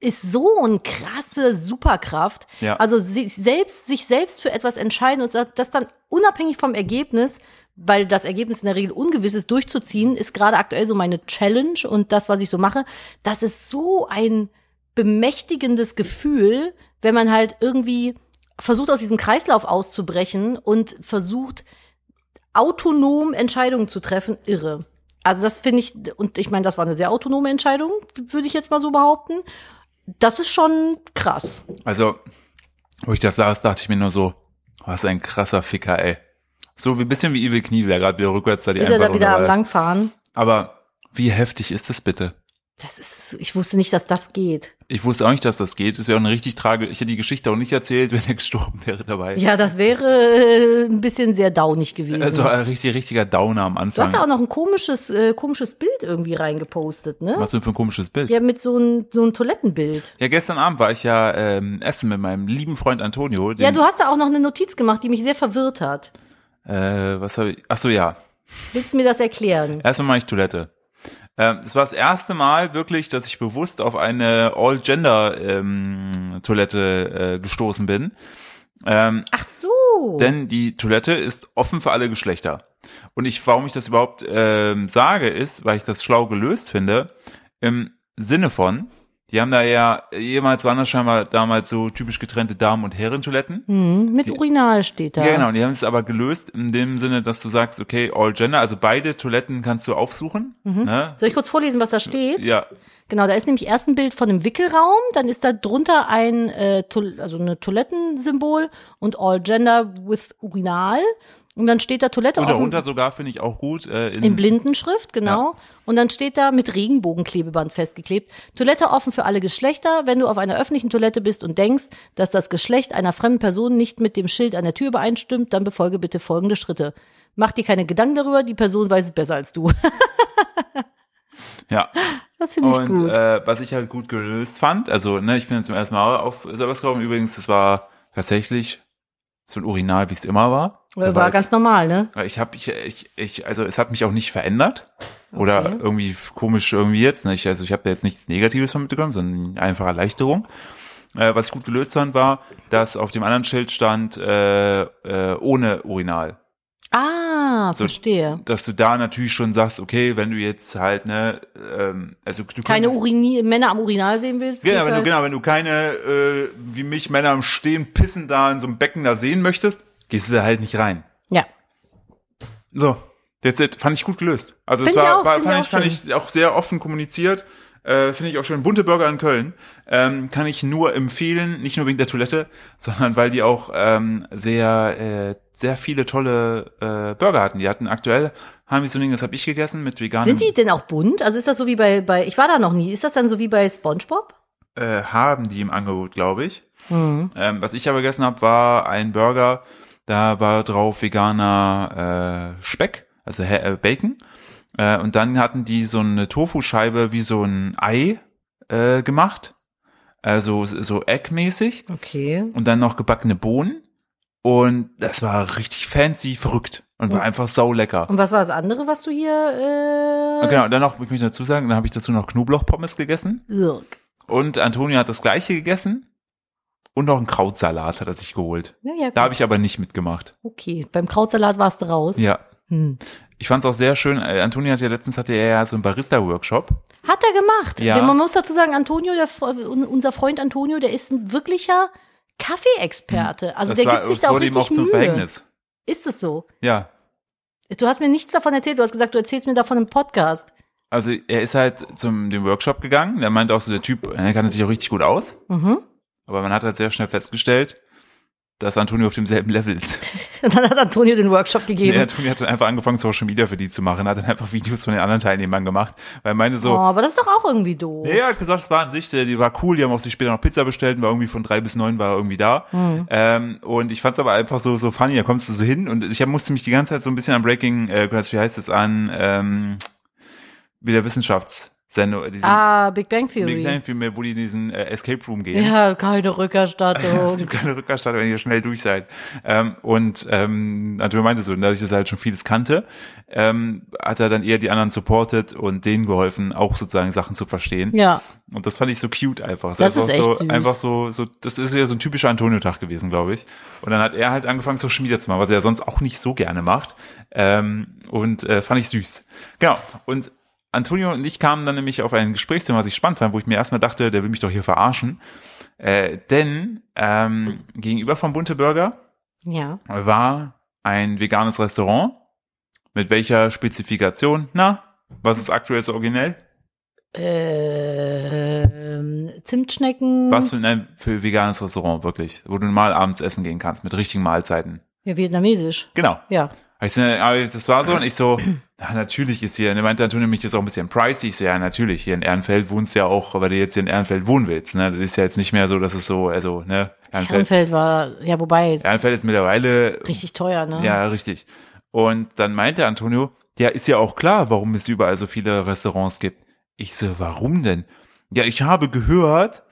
Speaker 2: ist so eine krasse Superkraft.
Speaker 1: Ja.
Speaker 2: Also sich selbst, sich selbst für etwas entscheiden und das dann unabhängig vom Ergebnis, weil das Ergebnis in der Regel ungewiss ist, durchzuziehen, ist gerade aktuell so meine Challenge und das, was ich so mache, das ist so ein bemächtigendes Gefühl, wenn man halt irgendwie versucht, aus diesem Kreislauf auszubrechen und versucht, autonom Entscheidungen zu treffen, irre. Also das finde ich, und ich meine, das war eine sehr autonome Entscheidung, würde ich jetzt mal so behaupten. Das ist schon krass.
Speaker 1: Also, wo ich das las, dachte ich mir nur so, was ein krasser Ficker, ey. So wie bisschen wie Evil Knie, der gerade wieder rückwärts da die
Speaker 2: ist er da
Speaker 1: Einfahrt
Speaker 2: wieder am
Speaker 1: runterwallert.
Speaker 2: Langfahren?
Speaker 1: Aber wie heftig ist das bitte?
Speaker 2: Das ist, ich wusste nicht, dass das geht.
Speaker 1: Ich wusste auch nicht, dass das geht. Es wäre auch eine richtig tragische, ich hätte die Geschichte auch nicht erzählt, wenn er gestorben wäre dabei.
Speaker 2: Ja, das wäre äh, ein bisschen sehr daunig gewesen.
Speaker 1: also ein richtig, richtiger Downer am
Speaker 2: du
Speaker 1: Anfang.
Speaker 2: hast ja auch noch ein komisches, äh, komisches Bild irgendwie reingepostet, ne?
Speaker 1: was denn für ein komisches Bild.
Speaker 2: Ja, mit so einem so ein Toilettenbild.
Speaker 1: Ja, gestern Abend war ich ja ähm, essen mit meinem lieben Freund Antonio. Den,
Speaker 2: Ja, du hast da auch noch eine Notiz gemacht, die mich sehr verwirrt hat.
Speaker 1: äh, was habe ich? Ach so, ja.
Speaker 2: Willst du mir das erklären?
Speaker 1: Erstmal mache ich Toilette. Ähm, Es war das erste Mal wirklich, dass ich bewusst auf eine All-Gender-Toilette äh, gestoßen bin.
Speaker 2: Ach so.
Speaker 1: Denn die Toilette ist offen für alle Geschlechter. Und ich, warum ich das überhaupt ähm, sage, ist, weil ich das schlau gelöst finde, im Sinne von, die haben da ja, jemals waren das scheinbar damals so typisch getrennte Damen- und Herrentoiletten.
Speaker 2: Hm, mit Urinal steht da.
Speaker 1: Ja, genau. Und die haben es aber gelöst in dem Sinne, dass du sagst, okay, all gender, also beide Toiletten kannst du aufsuchen. Ne?
Speaker 2: Soll ich kurz vorlesen, was da steht?
Speaker 1: Ja,
Speaker 2: Genau, da ist nämlich erst ein Bild von einem Wickelraum, dann ist da drunter ein, äh, Toil- also eine Toilettensymbol und All Gender with Urinal. Und dann steht da Toilette
Speaker 1: oder
Speaker 2: offen
Speaker 1: runter sogar finde ich auch gut. Äh, in,
Speaker 2: in Blindenschrift, genau. Und dann steht da mit Regenbogenklebeband festgeklebt. Toilette offen für alle Geschlechter. Wenn du auf einer öffentlichen Toilette bist und denkst, dass das Geschlecht einer fremden Person nicht mit dem Schild an der Tür übereinstimmt, dann befolge bitte folgende Schritte. Mach dir keine Gedanken darüber, die Person weiß es besser als du.
Speaker 1: ja.
Speaker 2: Das finde ich
Speaker 1: Und
Speaker 2: gut.
Speaker 1: äh, was ich halt gut gelöst fand, also ne, ich bin zum ersten Mal auf sowas gekommen. Übrigens, das war tatsächlich so ein Urinal, wie es immer war. Da
Speaker 2: war, war
Speaker 1: jetzt-
Speaker 2: ganz normal, ne?
Speaker 1: Ja, Ich habe ich, ich, ich, also es hat mich auch nicht verändert oder irgendwie komisch irgendwie jetzt. Ne? Ich, also ich habe da jetzt nichts Negatives von mitbekommen, sondern einfach Erleichterung. Äh, was ich gut gelöst fand, war, dass auf dem anderen Schild stand äh, äh, ohne Urinal.
Speaker 2: Ah, verstehe.
Speaker 1: Dass du da natürlich schon sagst, okay, wenn du jetzt halt ne, ähm, also du
Speaker 2: Keine
Speaker 1: könntest-
Speaker 2: Urini Männer am Urinal sehen willst.
Speaker 1: Genau,
Speaker 2: gehst
Speaker 1: wenn du,
Speaker 2: halt-
Speaker 1: genau, wenn du keine, äh, wie mich, Männer am Stehen pissen da in so einem Becken da sehen möchtest, gehst du da halt nicht rein.
Speaker 2: Ja.
Speaker 1: So, that's it. Fand ich gut gelöst. Also es
Speaker 2: Find ich
Speaker 1: war,
Speaker 2: auch,
Speaker 1: war
Speaker 2: find ich
Speaker 1: fand,
Speaker 2: auch
Speaker 1: ich, fand ich auch sehr offen kommuniziert. Äh, Finde ich auch schön. Bunte Burger in Köln ähm, kann ich nur empfehlen, nicht nur wegen der Toilette, sondern weil die auch ähm, sehr, äh, sehr viele tolle äh, Burger hatten. Die hatten aktuell, haben die so ein Ding, das habe ich gegessen mit veganem
Speaker 2: Sind die denn auch bunt? Also ist das so wie bei, bei, ich war da noch nie, ist das dann so wie bei Spongebob?
Speaker 1: äh, haben die im Angebot, glaube ich. Ähm, was ich aber gegessen habe, war ein Burger, da war drauf veganer äh, Speck, also Hä- äh, Bacon. Äh, und dann hatten die so eine Tofu-Scheibe wie so ein Ei äh, gemacht, also so Egg-mäßig.
Speaker 2: Okay.
Speaker 1: Und dann noch gebackene Bohnen. Und das war richtig fancy, verrückt und war einfach saulecker.
Speaker 2: Und was war das andere, was du hier, äh,
Speaker 1: Ah, Genau, und dann noch, ich möchte dazu sagen, dann habe ich dazu noch Knoblauchpommes gegessen.
Speaker 2: irk.
Speaker 1: Und Antonio hat das gleiche gegessen und noch einen Krautsalat hat er sich geholt.
Speaker 2: Ja, ja,
Speaker 1: Da habe ich aber nicht mitgemacht.
Speaker 2: okay. Beim Krautsalat warst du raus.
Speaker 1: Ja.
Speaker 2: Hm.
Speaker 1: Ich fand es auch sehr schön. äh, Antonio hat ja letztens hatte er ja so einen Barista-Workshop.
Speaker 2: Hat er gemacht.
Speaker 1: Ja.
Speaker 2: Man muss dazu sagen, Antonio, der, Fre- un- unser Freund Antonio, der ist ein wirklicher Kaffeeexperte.
Speaker 1: Hm.
Speaker 2: Also der gibt sich da auch
Speaker 1: wurde ihm auch
Speaker 2: richtig
Speaker 1: zum
Speaker 2: Mühe.
Speaker 1: Verhängnis.
Speaker 2: Ist es so?
Speaker 1: Ja.
Speaker 2: Du hast mir nichts davon erzählt. Du hast gesagt, du erzählst mir davon im Podcast.
Speaker 1: Also er ist halt zum dem Workshop gegangen. Der äh, meinte auch so, der Typ, er kannte sich auch richtig gut aus.
Speaker 2: Mhm.
Speaker 1: Aber man hat halt sehr schnell festgestellt, dass Antonio auf demselben Level ist.
Speaker 2: Und dann hat Antonio den Workshop gegeben.
Speaker 1: Nee, Antonio hat dann einfach angefangen, Social Media für die zu machen, hat dann einfach Videos von den anderen Teilnehmern gemacht, weil er meinte so,
Speaker 2: oh, aber das ist doch auch irgendwie doof.
Speaker 1: Ja, er hat gesagt, es war an sich, äh, die war cool, die haben auch sich später noch Pizza bestellt, und war irgendwie von drei bis neun war er irgendwie da.
Speaker 2: Hm.
Speaker 1: Ähm, und ich fand's aber einfach so, so funny, da kommst du so hin und ich hab, musste mich die ganze Zeit so ein bisschen an Breaking, äh, Gott, wie heißt es, an ähm, wieder Wissenschaftssendung, äh, diesen
Speaker 2: Ah, Big Bang Theory.
Speaker 1: Big Bang Film, wo die in diesen äh, Escape Room gehen.
Speaker 2: Ja, keine
Speaker 1: Es
Speaker 2: Rückerstattung.
Speaker 1: gibt keine Rückerstattung, wenn ihr schnell durch seid. Ähm, und ähm, Antonio meinte so, dadurch, dass er halt schon vieles kannte, ähm, hat er dann eher die anderen supportet und denen geholfen, auch sozusagen Sachen zu verstehen.
Speaker 2: ja,
Speaker 1: Und das fand ich so cute einfach.
Speaker 2: Das
Speaker 1: Also
Speaker 2: ist
Speaker 1: auch so,
Speaker 2: echt süß.
Speaker 1: Einfach so, so, das ist ja so ein typischer Antonio-Tag gewesen, glaube ich. Und dann hat er halt angefangen, Social Media zu machen, was er ja sonst auch nicht so gerne macht. Ähm, und äh, fand ich süß. Genau. Und Antonio und ich kamen dann nämlich auf ein Gesprächsthema, was ich spannend fand, wo ich mir erstmal dachte, der will mich doch hier verarschen. Äh, denn ähm, gegenüber vom Bunte Burger
Speaker 2: ja.
Speaker 1: war ein veganes Restaurant. Mit welcher Spezifikation? Na, was ist aktuell so originell?
Speaker 2: Ähm, Zimtschnecken.
Speaker 1: Was für ein für veganes Restaurant, wirklich. Wo du mal abends essen gehen kannst, mit richtigen Mahlzeiten.
Speaker 2: Ja, vietnamesisch.
Speaker 1: Genau.
Speaker 2: Ja.
Speaker 1: Ich so, aber das war so und ich so, na, natürlich ist hier, und er meinte Antonio mich jetzt auch ein bisschen pricey. Ich so, ja, natürlich, hier in Ehrenfeld wohnst du ja auch, weil du jetzt hier in Ehrenfeld wohnen willst, ne? Das ist ja jetzt nicht mehr so, dass es so, also, ne? Ehrenfeld,
Speaker 2: Ehrenfeld war, ja, wobei, jetzt
Speaker 1: Ehrenfeld ist mittlerweile
Speaker 2: richtig teuer, ne?
Speaker 1: ja, richtig. Und dann meinte Antonio, ja, ist ja auch klar, warum es überall so viele Restaurants gibt. Ich so, warum denn? Ja, ich habe gehört,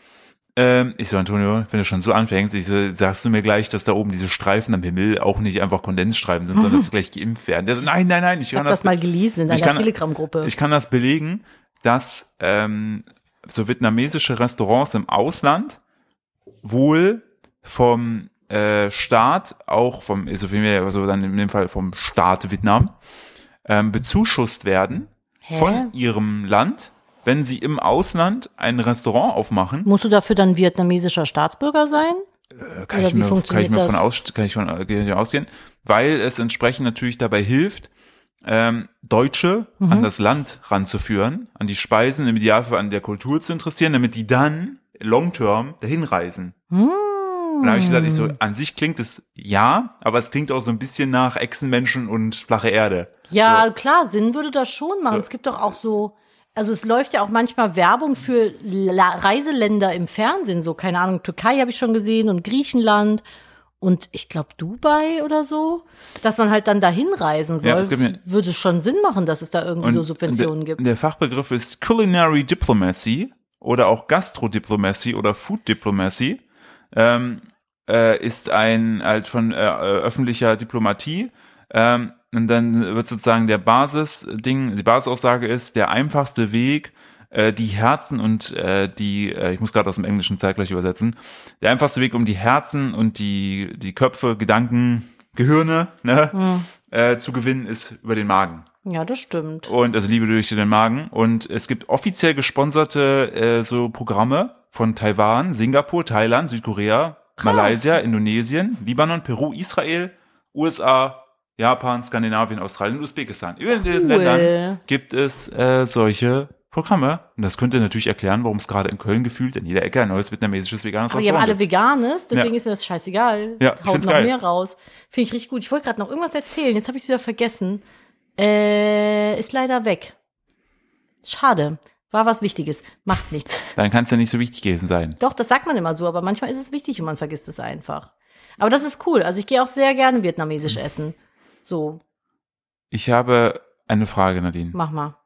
Speaker 1: ähm, ich so, Antonio, wenn du schon so anfängst, ich so, sagst du mir gleich, dass da oben diese Streifen am Himmel auch nicht einfach Kondensstreifen sind, sondern dass sie gleich geimpft werden. Der so, nein, nein, nein, ich
Speaker 2: Ich
Speaker 1: kann
Speaker 2: hab das mal gelesen in
Speaker 1: ich
Speaker 2: einer
Speaker 1: kann-
Speaker 2: Telegram-Gruppe.
Speaker 1: ich kann das belegen, dass ähm, so vietnamesische Restaurants im Ausland wohl vom äh, Staat, auch vom, so viel mehr, also dann in dem Fall vom Staat Vietnam, ähm, bezuschusst werden
Speaker 2: Hä?
Speaker 1: von ihrem Land, wenn sie im Ausland ein Restaurant aufmachen.
Speaker 2: Musst du dafür dann vietnamesischer Staatsbürger sein?
Speaker 1: Äh, Kann
Speaker 2: Oder
Speaker 1: ich,
Speaker 2: wie
Speaker 1: mir, kann ich
Speaker 2: funktioniert
Speaker 1: mir von
Speaker 2: das?
Speaker 1: aus, kann ich von äh, ausgehen, weil es entsprechend natürlich dabei hilft, ähm, Deutsche
Speaker 2: Mhm.
Speaker 1: an das Land ranzuführen, an die Speisen, im Idealfall an der Kultur zu interessieren, damit die dann long-term dahin reisen.
Speaker 2: Hm.
Speaker 1: Und da habe ich gesagt, ich so, an sich klingt es ja, aber es klingt auch so ein bisschen nach Echsenmenschen und flache Erde.
Speaker 2: Ja, klar, Sinn würde das schon machen.
Speaker 1: So.
Speaker 2: Es gibt doch auch so, also es läuft ja auch manchmal Werbung für La Reiseländer im Fernsehen, so keine Ahnung, Türkei habe ich schon gesehen und Griechenland und ich glaube Dubai oder so, dass man halt dann dahin reisen soll.
Speaker 1: Ja, es gibt
Speaker 2: Das
Speaker 1: ja-
Speaker 2: würde schon Sinn machen, dass es da irgendwie
Speaker 1: Und
Speaker 2: so Subventionen
Speaker 1: der,
Speaker 2: gibt.
Speaker 1: Der Fachbegriff ist Culinary Diplomacy oder auch Gastrodiplomacy oder Food Diplomacy. Ähm, äh, ist ein halt von äh, öffentlicher Diplomatie. Ähm, und dann wird sozusagen der Basisding, die Basisaussage ist, der einfachste Weg, äh, die Herzen und äh, die, äh, ich muss gerade aus dem Englischen zeitgleich übersetzen, der einfachste Weg, um die Herzen und die, die Köpfe, Gedanken, Gehirne ne,
Speaker 2: Hm.
Speaker 1: äh, zu gewinnen, ist über den Magen.
Speaker 2: Ja, das stimmt.
Speaker 1: Und also Liebe durch den Magen. Und es gibt offiziell gesponserte äh, so Programme von Taiwan, Singapur, Thailand, Südkorea, Malaysia, Indonesien, Libanon, Peru, Israel, USA, Japan, Skandinavien, Australien, Usbekistan. Über diesen
Speaker 2: Cool.
Speaker 1: Ländern gibt es äh, solche Programme. Und das könnte natürlich erklären, warum es gerade in Köln gefühlt in jeder Ecke ein neues vietnamesisches veganes
Speaker 2: Aber die haben alle
Speaker 1: gibt.
Speaker 2: Veganes, deswegen
Speaker 1: Ja.
Speaker 2: ist mir das scheißegal.
Speaker 1: Ja, ich
Speaker 2: Haut
Speaker 1: find's
Speaker 2: noch
Speaker 1: geil.
Speaker 2: mehr raus. Finde ich richtig gut. Ich wollte gerade noch irgendwas erzählen, jetzt habe ich es wieder vergessen. Äh, ist leider weg. Schade. War was Wichtiges. Macht nichts.
Speaker 1: Dann kann es ja nicht so wichtig gewesen sein.
Speaker 2: Doch, das sagt man immer so, aber manchmal ist es wichtig und man vergisst es einfach. Aber das ist cool. Also ich gehe auch sehr gerne
Speaker 1: Hm.
Speaker 2: vietnamesisch essen. So,
Speaker 1: Ich habe eine Frage, Nadine.
Speaker 2: mach mal.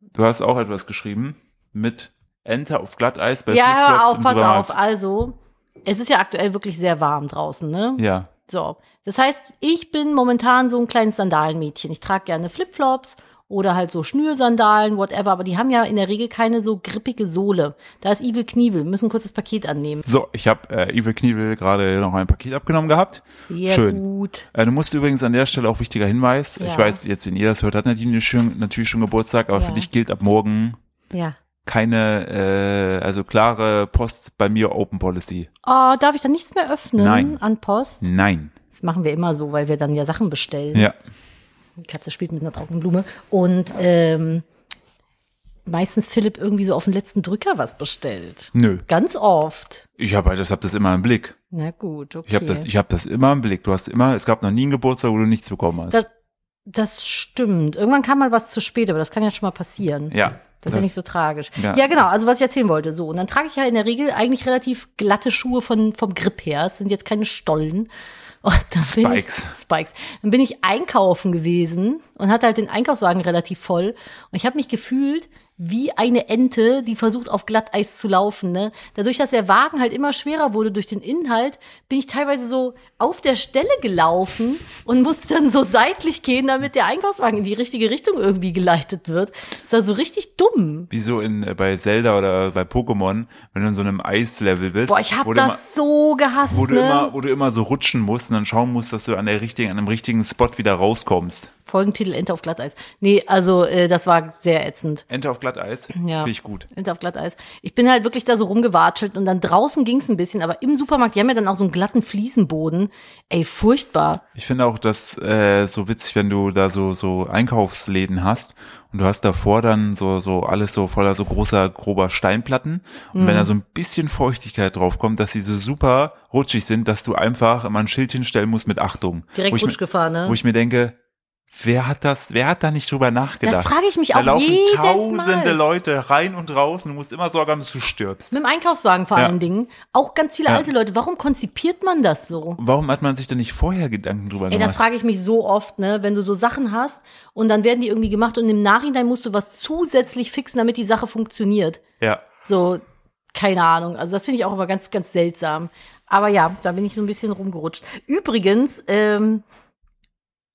Speaker 1: Du hast auch etwas geschrieben mit Enter auf Glatteis bei
Speaker 2: ja, hör
Speaker 1: Flipflops
Speaker 2: auf,
Speaker 1: im
Speaker 2: pass
Speaker 1: Supermarkt.
Speaker 2: auf. Also, es ist ja aktuell wirklich sehr warm draußen, ne?
Speaker 1: Ja,
Speaker 2: So, das heißt, ich bin momentan so ein kleines Sandalenmädchen. Ich trage gerne Flipflops oder halt so Schnürsandalen, whatever, aber die haben ja in der Regel keine so grippige Sohle. Da ist Evil Knievel, wir müssen kurz das Paket annehmen.
Speaker 1: so, ich habe äh, Evil Knievel gerade noch ein Paket abgenommen gehabt.
Speaker 2: Sehr
Speaker 1: Schön.
Speaker 2: gut.
Speaker 1: Äh, du musst übrigens an der Stelle auch wichtiger Hinweis,
Speaker 2: Ja.
Speaker 1: ich weiß, jetzt, wenn ihr das hört, hat Nadine schon, natürlich schon Geburtstag, aber
Speaker 2: Ja.
Speaker 1: für dich gilt ab morgen
Speaker 2: Ja.
Speaker 1: keine, äh, also klare Post bei mir Open Policy.
Speaker 2: Oh, darf ich dann nichts mehr öffnen
Speaker 1: Nein.
Speaker 2: an Post?
Speaker 1: Nein.
Speaker 2: Das machen wir immer so, weil wir dann ja Sachen bestellen.
Speaker 1: Ja.
Speaker 2: Die Katze spielt mit einer trockenen Blume. Und ähm, meistens Philipp irgendwie so auf den letzten Drücker was bestellt.
Speaker 1: Nö.
Speaker 2: Ganz oft.
Speaker 1: Ich habe das, hab das immer im Blick.
Speaker 2: Na gut, okay.
Speaker 1: Ich habe das, ich hab das immer im Blick. Du hast immer, es gab noch nie einen Geburtstag, wo du nichts bekommen hast.
Speaker 2: das, das stimmt. Irgendwann kam mal was zu spät, aber das kann ja schon mal passieren.
Speaker 1: ja.
Speaker 2: Das ist ja nicht so tragisch.
Speaker 1: Ja.
Speaker 2: Ja. genau, also was ich erzählen wollte. So, und dann trage ich ja in der Regel eigentlich relativ glatte Schuhe von, vom Grip her. Es sind jetzt keine Stollen. Und dann Bin ich,
Speaker 1: Spikes.
Speaker 2: Spikes. Dann bin ich einkaufen gewesen und hatte halt den Einkaufswagen relativ voll. Und ich habe mich gefühlt wie eine Ente, die versucht, auf Glatteis zu laufen. Ne? Dadurch, dass der Wagen halt immer schwerer wurde durch den Inhalt, bin ich teilweise so auf der Stelle gelaufen und musste dann so seitlich gehen, damit der Einkaufswagen in die richtige Richtung irgendwie geleitet wird. Das war so richtig dumm.
Speaker 1: Wie so in, äh, bei Zelda oder bei Pokémon, wenn du in so einem Eislevel bist.
Speaker 2: Boah, ich
Speaker 1: wo
Speaker 2: habe
Speaker 1: du
Speaker 2: das
Speaker 1: immer-
Speaker 2: so gehasst.
Speaker 1: Wo du,
Speaker 2: ne?
Speaker 1: immer, wo du immer so rutschen musst und dann schauen musst, dass du an der richtigen, an dem richtigen Spot wieder rauskommst.
Speaker 2: Folgentitel Ente auf Glatteis. Nee, also äh, das war sehr ätzend.
Speaker 1: Ente auf Glatteis?
Speaker 2: Ja.
Speaker 1: Finde ich gut.
Speaker 2: Ente auf Glatteis. Ich bin halt wirklich da so rumgewatschelt und dann draußen ging's ein bisschen, aber im Supermarkt, die haben ja dann auch so einen glatten Fliesenboden. Ey, furchtbar.
Speaker 1: Ich finde auch das äh, so witzig, wenn du da so so Einkaufsläden hast und du hast davor dann so so alles so voller so großer grober Steinplatten und wenn
Speaker 2: Mhm.
Speaker 1: da so ein bisschen Feuchtigkeit draufkommt, dass sie so super rutschig sind, dass du einfach immer ein Schild hinstellen musst mit Achtung.
Speaker 2: Direkt
Speaker 1: Wo ich mir-
Speaker 2: Rutschgefahr, ne?
Speaker 1: Wo ich mir denke, wer hat das, wer hat da nicht drüber nachgedacht?
Speaker 2: Das frage ich mich
Speaker 1: da
Speaker 2: auch
Speaker 1: laufen
Speaker 2: jedes
Speaker 1: tausende
Speaker 2: Mal.
Speaker 1: Leute rein und raus und du musst immer Sorge haben, dass du stirbst.
Speaker 2: Mit dem Einkaufswagen vor
Speaker 1: Ja.
Speaker 2: allen Dingen. Auch ganz viele
Speaker 1: Ja.
Speaker 2: alte Leute. Warum konzipiert man das so?
Speaker 1: Warum hat man sich da nicht vorher Gedanken drüber
Speaker 2: Ey, das
Speaker 1: gemacht?
Speaker 2: frage ich mich so oft, ne? Wenn du so Sachen hast und dann werden die irgendwie gemacht und im Nachhinein musst du was zusätzlich fixen, damit die Sache funktioniert.
Speaker 1: Ja.
Speaker 2: So, keine Ahnung. Also das finde ich auch immer ganz, ganz seltsam. Aber ja, da bin ich so ein bisschen rumgerutscht. Übrigens, ähm,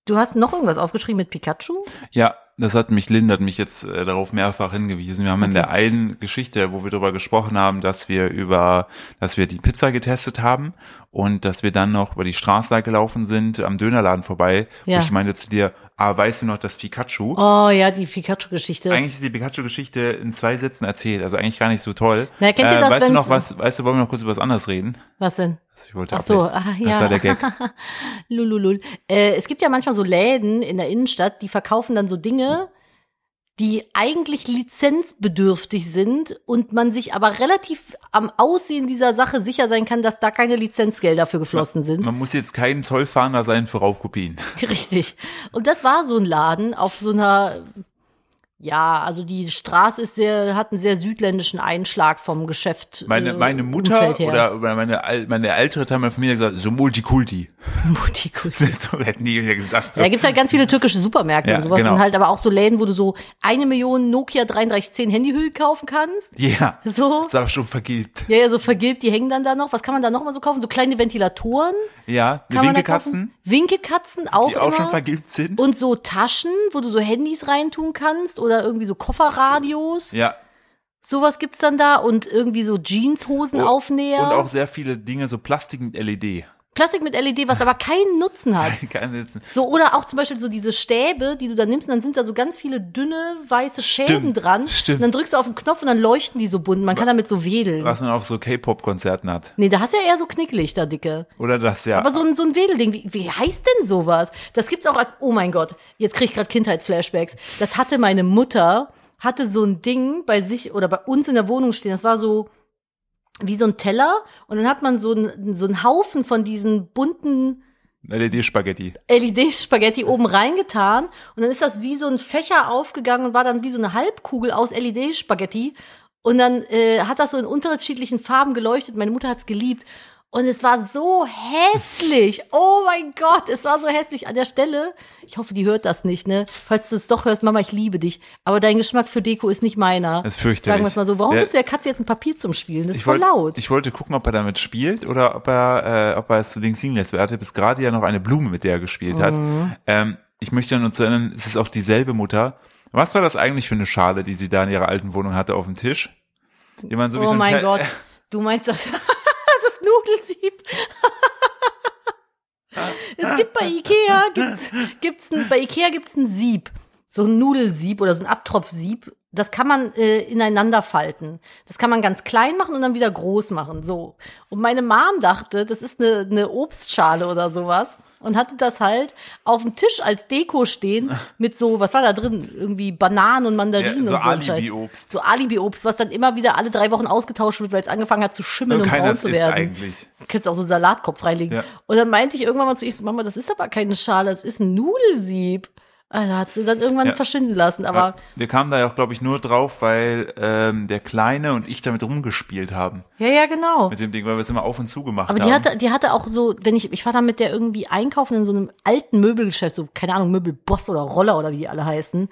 Speaker 2: du hast noch irgendwas aufgeschrieben mit Pikachu?
Speaker 1: Ja, das hat mich, Linda hat mich jetzt äh, darauf mehrfach hingewiesen. Wir haben in der einen Geschichte, wo wir darüber gesprochen haben, dass wir über, dass wir die Pizza getestet haben und dass wir dann noch über die Straße da gelaufen sind, am Dönerladen vorbei.
Speaker 2: Ja.
Speaker 1: Und ich meinte zu dir, ah, weißt du noch das Pikachu?
Speaker 2: Oh ja, die Pikachu-Geschichte.
Speaker 1: Eigentlich ist die Pikachu-Geschichte in zwei Sätzen erzählt, also eigentlich gar nicht so toll. Äh,
Speaker 2: Na, kennt ihr das,
Speaker 1: weißt du
Speaker 2: wenn's-
Speaker 1: noch was, weißt du, wollen wir noch kurz über was anderes reden?
Speaker 2: Was denn?
Speaker 1: Ich wollte
Speaker 2: Ach so, ah,
Speaker 1: ablenken.
Speaker 2: ja.
Speaker 1: Das war der Gag.
Speaker 2: Lululul. Äh, es gibt ja manchmal so Läden in der Innenstadt, die verkaufen dann so Dinge, die eigentlich lizenzbedürftig sind und man sich aber relativ am Aussehen dieser Sache sicher sein kann, dass da keine Lizenzgelder für geflossen sind.
Speaker 1: Man muss jetzt kein Zollfahnder sein für Raubkopien.
Speaker 2: Richtig. Und das war so ein Laden auf so einer, ja, also die Straße ist sehr, hat einen sehr südländischen Einschlag vom Geschäft.
Speaker 1: Meine,
Speaker 2: äh,
Speaker 1: meine Mutter
Speaker 2: Umfeld her.
Speaker 1: oder, oder meine, al- meine ältere Teil meiner Familie hat gesagt, so Multikulti.
Speaker 2: Multikulti.
Speaker 1: so hätten die ja gesagt. So.
Speaker 2: Da gibt's halt ganz viele türkische Supermärkte
Speaker 1: Ja,
Speaker 2: und sowas.
Speaker 1: genau.
Speaker 2: Und halt aber auch so Läden, wo du so eine Million Nokia 3310 Handyhüllen kaufen kannst.
Speaker 1: Ja, ist
Speaker 2: So.
Speaker 1: aber schon vergilbt.
Speaker 2: Ja, ja, so vergilbt, die hängen dann da noch. Was kann man da noch mal so kaufen? So kleine Ventilatoren.
Speaker 1: Ja,
Speaker 2: Kann man da
Speaker 1: Winkekatzen,
Speaker 2: kaufen. Winkekatzen auch
Speaker 1: die auch
Speaker 2: immer.
Speaker 1: schon vergilbt sind.
Speaker 2: und so Taschen, wo du so Handys reintun kannst oder irgendwie so Kofferradios.
Speaker 1: Ja,
Speaker 2: Sowas gibt's dann da und irgendwie so Jeanshosen aufnäher.
Speaker 1: Oh, und auch sehr viele Dinge, so Plastik mit E LED.
Speaker 2: Plastik mit LED, was aber keinen Nutzen hat.
Speaker 1: Keine-
Speaker 2: So, oder auch zum Beispiel so diese Stäbe, die du dann nimmst, und dann sind da so ganz viele dünne, weiße Schäden dran.
Speaker 1: stimmt.
Speaker 2: Und dann drückst du auf den Knopf und dann leuchten die so bunt. Man kann damit so wedeln.
Speaker 1: was man auf so K-Pop-Konzerten hat.
Speaker 2: Nee, da hast du ja eher so Knicklichter, Dicke.
Speaker 1: Oder das, ja.
Speaker 2: Aber so ein, so ein Wedelding, wie, wie heißt denn sowas? Das gibt's auch als, oh mein Gott, jetzt krieg ich gerade Kindheit-Flashbacks. Das hatte meine Mutter, hatte so ein Ding bei sich oder bei uns in der Wohnung stehen. Das war so wie so ein Teller und dann hat man so einen so einen Haufen von diesen bunten
Speaker 1: E LED-Spaghetti.
Speaker 2: LED-Spaghetti oben reingetan und dann ist das wie so ein Fächer aufgegangen und war dann wie so eine Halbkugel aus LED-Spaghetti und dann äh, hat das so in unterschiedlichen Farben geleuchtet. Meine Mutter hat's geliebt und es war so hässlich. Oh mein Gott, es war so hässlich an der Stelle. Ich hoffe, die hört das nicht, ne? Falls du es doch hörst, Mama, ich liebe dich, aber dein Geschmack für Deko ist nicht meiner.
Speaker 1: Das ist fürchterlich.
Speaker 2: Sagen wir es mal so. Warum
Speaker 1: Der-
Speaker 2: gibst du der Katze jetzt ein Papier zum Spielen? Das ist
Speaker 1: Ich
Speaker 2: voll
Speaker 1: wollte,
Speaker 2: laut.
Speaker 1: ich wollte gucken, ob er damit spielt oder ob er, äh, ob er es zu links liegen lässt. Weil er hatte bis gerade ja noch eine Blume, mit der er gespielt hat.
Speaker 2: Mhm.
Speaker 1: Ähm, ich möchte ja nur zu erinnern, es ist auch dieselbe Mutter. Was war das eigentlich für eine Schale, die sie da in ihrer alten Wohnung hatte auf dem Tisch? Die man so wie
Speaker 2: oh
Speaker 1: so ein
Speaker 2: mein
Speaker 1: Teil-
Speaker 2: Gott, du meinst das, das Nudelsieb. es gibt bei Ikea, gibt's, gibt's ein, bei Ikea gibt's ein Sieb. so ein Nudelsieb oder so ein Abtropfsieb, das kann man äh, ineinander falten. Das kann man ganz klein machen und dann wieder groß machen. So. Und meine Mom dachte, das ist eine, eine Obstschale oder sowas. Und hatte das halt auf dem Tisch als Deko stehen mit so, was war da drin? Irgendwie Bananen und Mandarinen
Speaker 1: Ja, so
Speaker 2: und so. ein Scheiß.
Speaker 1: Alibi-Obst.
Speaker 2: So Alibi-Obst, was dann immer wieder alle drei Wochen ausgetauscht wird, weil es angefangen hat zu schimmeln
Speaker 1: Und
Speaker 2: und
Speaker 1: keiner
Speaker 2: um braun
Speaker 1: es
Speaker 2: zu
Speaker 1: isst
Speaker 2: werden
Speaker 1: eigentlich.
Speaker 2: kannst auch so einen Salatkopf reinlegen.
Speaker 1: Ja.
Speaker 2: Und dann meinte ich irgendwann mal zu ihr, Mama, das ist aber keine Schale, das ist ein Nudelsieb. Also hat sie dann irgendwann
Speaker 1: Ja.
Speaker 2: verschwinden lassen. Aber
Speaker 1: Ja, wir kamen da ja auch, glaube ich, nur drauf, weil ähm, der Kleine und ich damit rumgespielt haben.
Speaker 2: ja, ja, genau.
Speaker 1: Mit dem Ding, weil wir es immer auf und zu gemacht
Speaker 2: Aber
Speaker 1: haben.
Speaker 2: die hatte, die hatte auch so, wenn ich, ich war da mit der irgendwie einkaufen in so einem alten Möbelgeschäft, so, keine Ahnung, Möbelboss oder Roller oder wie die alle heißen.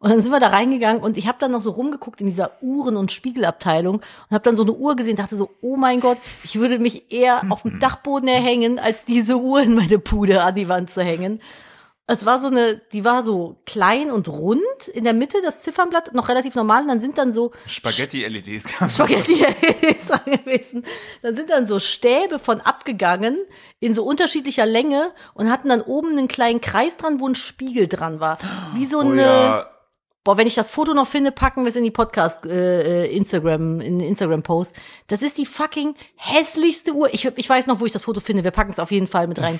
Speaker 2: Und dann sind wir da reingegangen und ich habe dann noch so rumgeguckt in dieser Uhren- und Spiegelabteilung und habe dann so eine Uhr gesehen, dachte so, oh mein Gott, ich würde mich eher auf
Speaker 1: Mhm.
Speaker 2: dem Dachboden erhängen, als diese Uhr in meine Pude an die Wand zu hängen. Es war so eine, die war so klein und rund, in der Mitte das Ziffernblatt noch relativ normal und dann sind dann so
Speaker 1: Spaghetti-LEDs E kamen.
Speaker 2: Spaghetti ist dran gewesen. Dann sind dann so Stäbe von abgegangen in so unterschiedlicher Länge und hatten dann oben einen kleinen Kreis dran, wo ein Spiegel dran war. Wie
Speaker 1: Oh
Speaker 2: so eine.
Speaker 1: ja,
Speaker 2: Boah, wenn ich das Foto noch finde, packen wir es in die Podcast äh, äh, Instagram in den Instagram Post. Das ist die fucking hässlichste Uhr. Ich, ich weiß noch, wo ich das Foto finde. Wir packen es auf jeden Fall mit rein.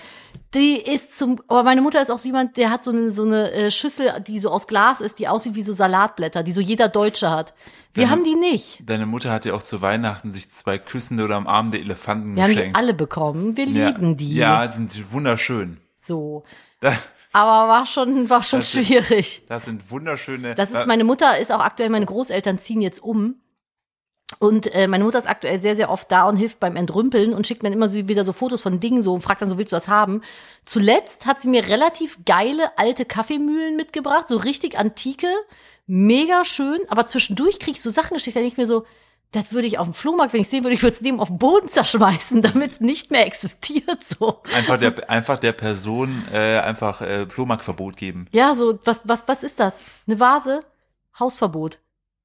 Speaker 2: Die ist zum aber meine Mutter ist auch so jemand, der hat so eine so eine äh, Schüssel, die so aus Glas ist, die aussieht wie so Salatblätter, die so jeder Deutsche hat. Wir
Speaker 1: Deine-
Speaker 2: haben die nicht.
Speaker 1: deine Mutter hat ja auch zu Weihnachten sich zwei küssende oder am Arm der Elefanten
Speaker 2: Wir haben die
Speaker 1: geschenkt.
Speaker 2: alle bekommen. Wir lieben
Speaker 1: ja,
Speaker 2: die.
Speaker 1: Ja, sind wunderschön.
Speaker 2: So.
Speaker 1: Da-
Speaker 2: Aber war schon, war schon
Speaker 1: Das ist-
Speaker 2: schwierig.
Speaker 1: Das sind wunderschöne.
Speaker 2: Das ist
Speaker 1: Äh,
Speaker 2: meine Mutter, ist auch aktuell, meine Großeltern ziehen jetzt um. Und äh, meine Mutter ist aktuell sehr, sehr oft da und hilft beim Entrümpeln und schickt mir dann immer so wieder so Fotos von Dingen so und fragt dann so, willst du was haben? Zuletzt hat sie mir relativ geile alte Kaffeemühlen mitgebracht, so richtig antike, mega schön, aber zwischendurch krieg ich so Sachen geschickt, da denk ich mir so, das würde ich auf dem Flohmarkt, wenn ich sehen würde, ich würde es neben auf den Boden zerschmeißen, damit es nicht mehr existiert. So.
Speaker 1: Einfach der, einfach der Person äh, einfach äh, Flohmarktverbot geben.
Speaker 2: Ja, so, was, was, was ist das? Eine Vase? Hausverbot.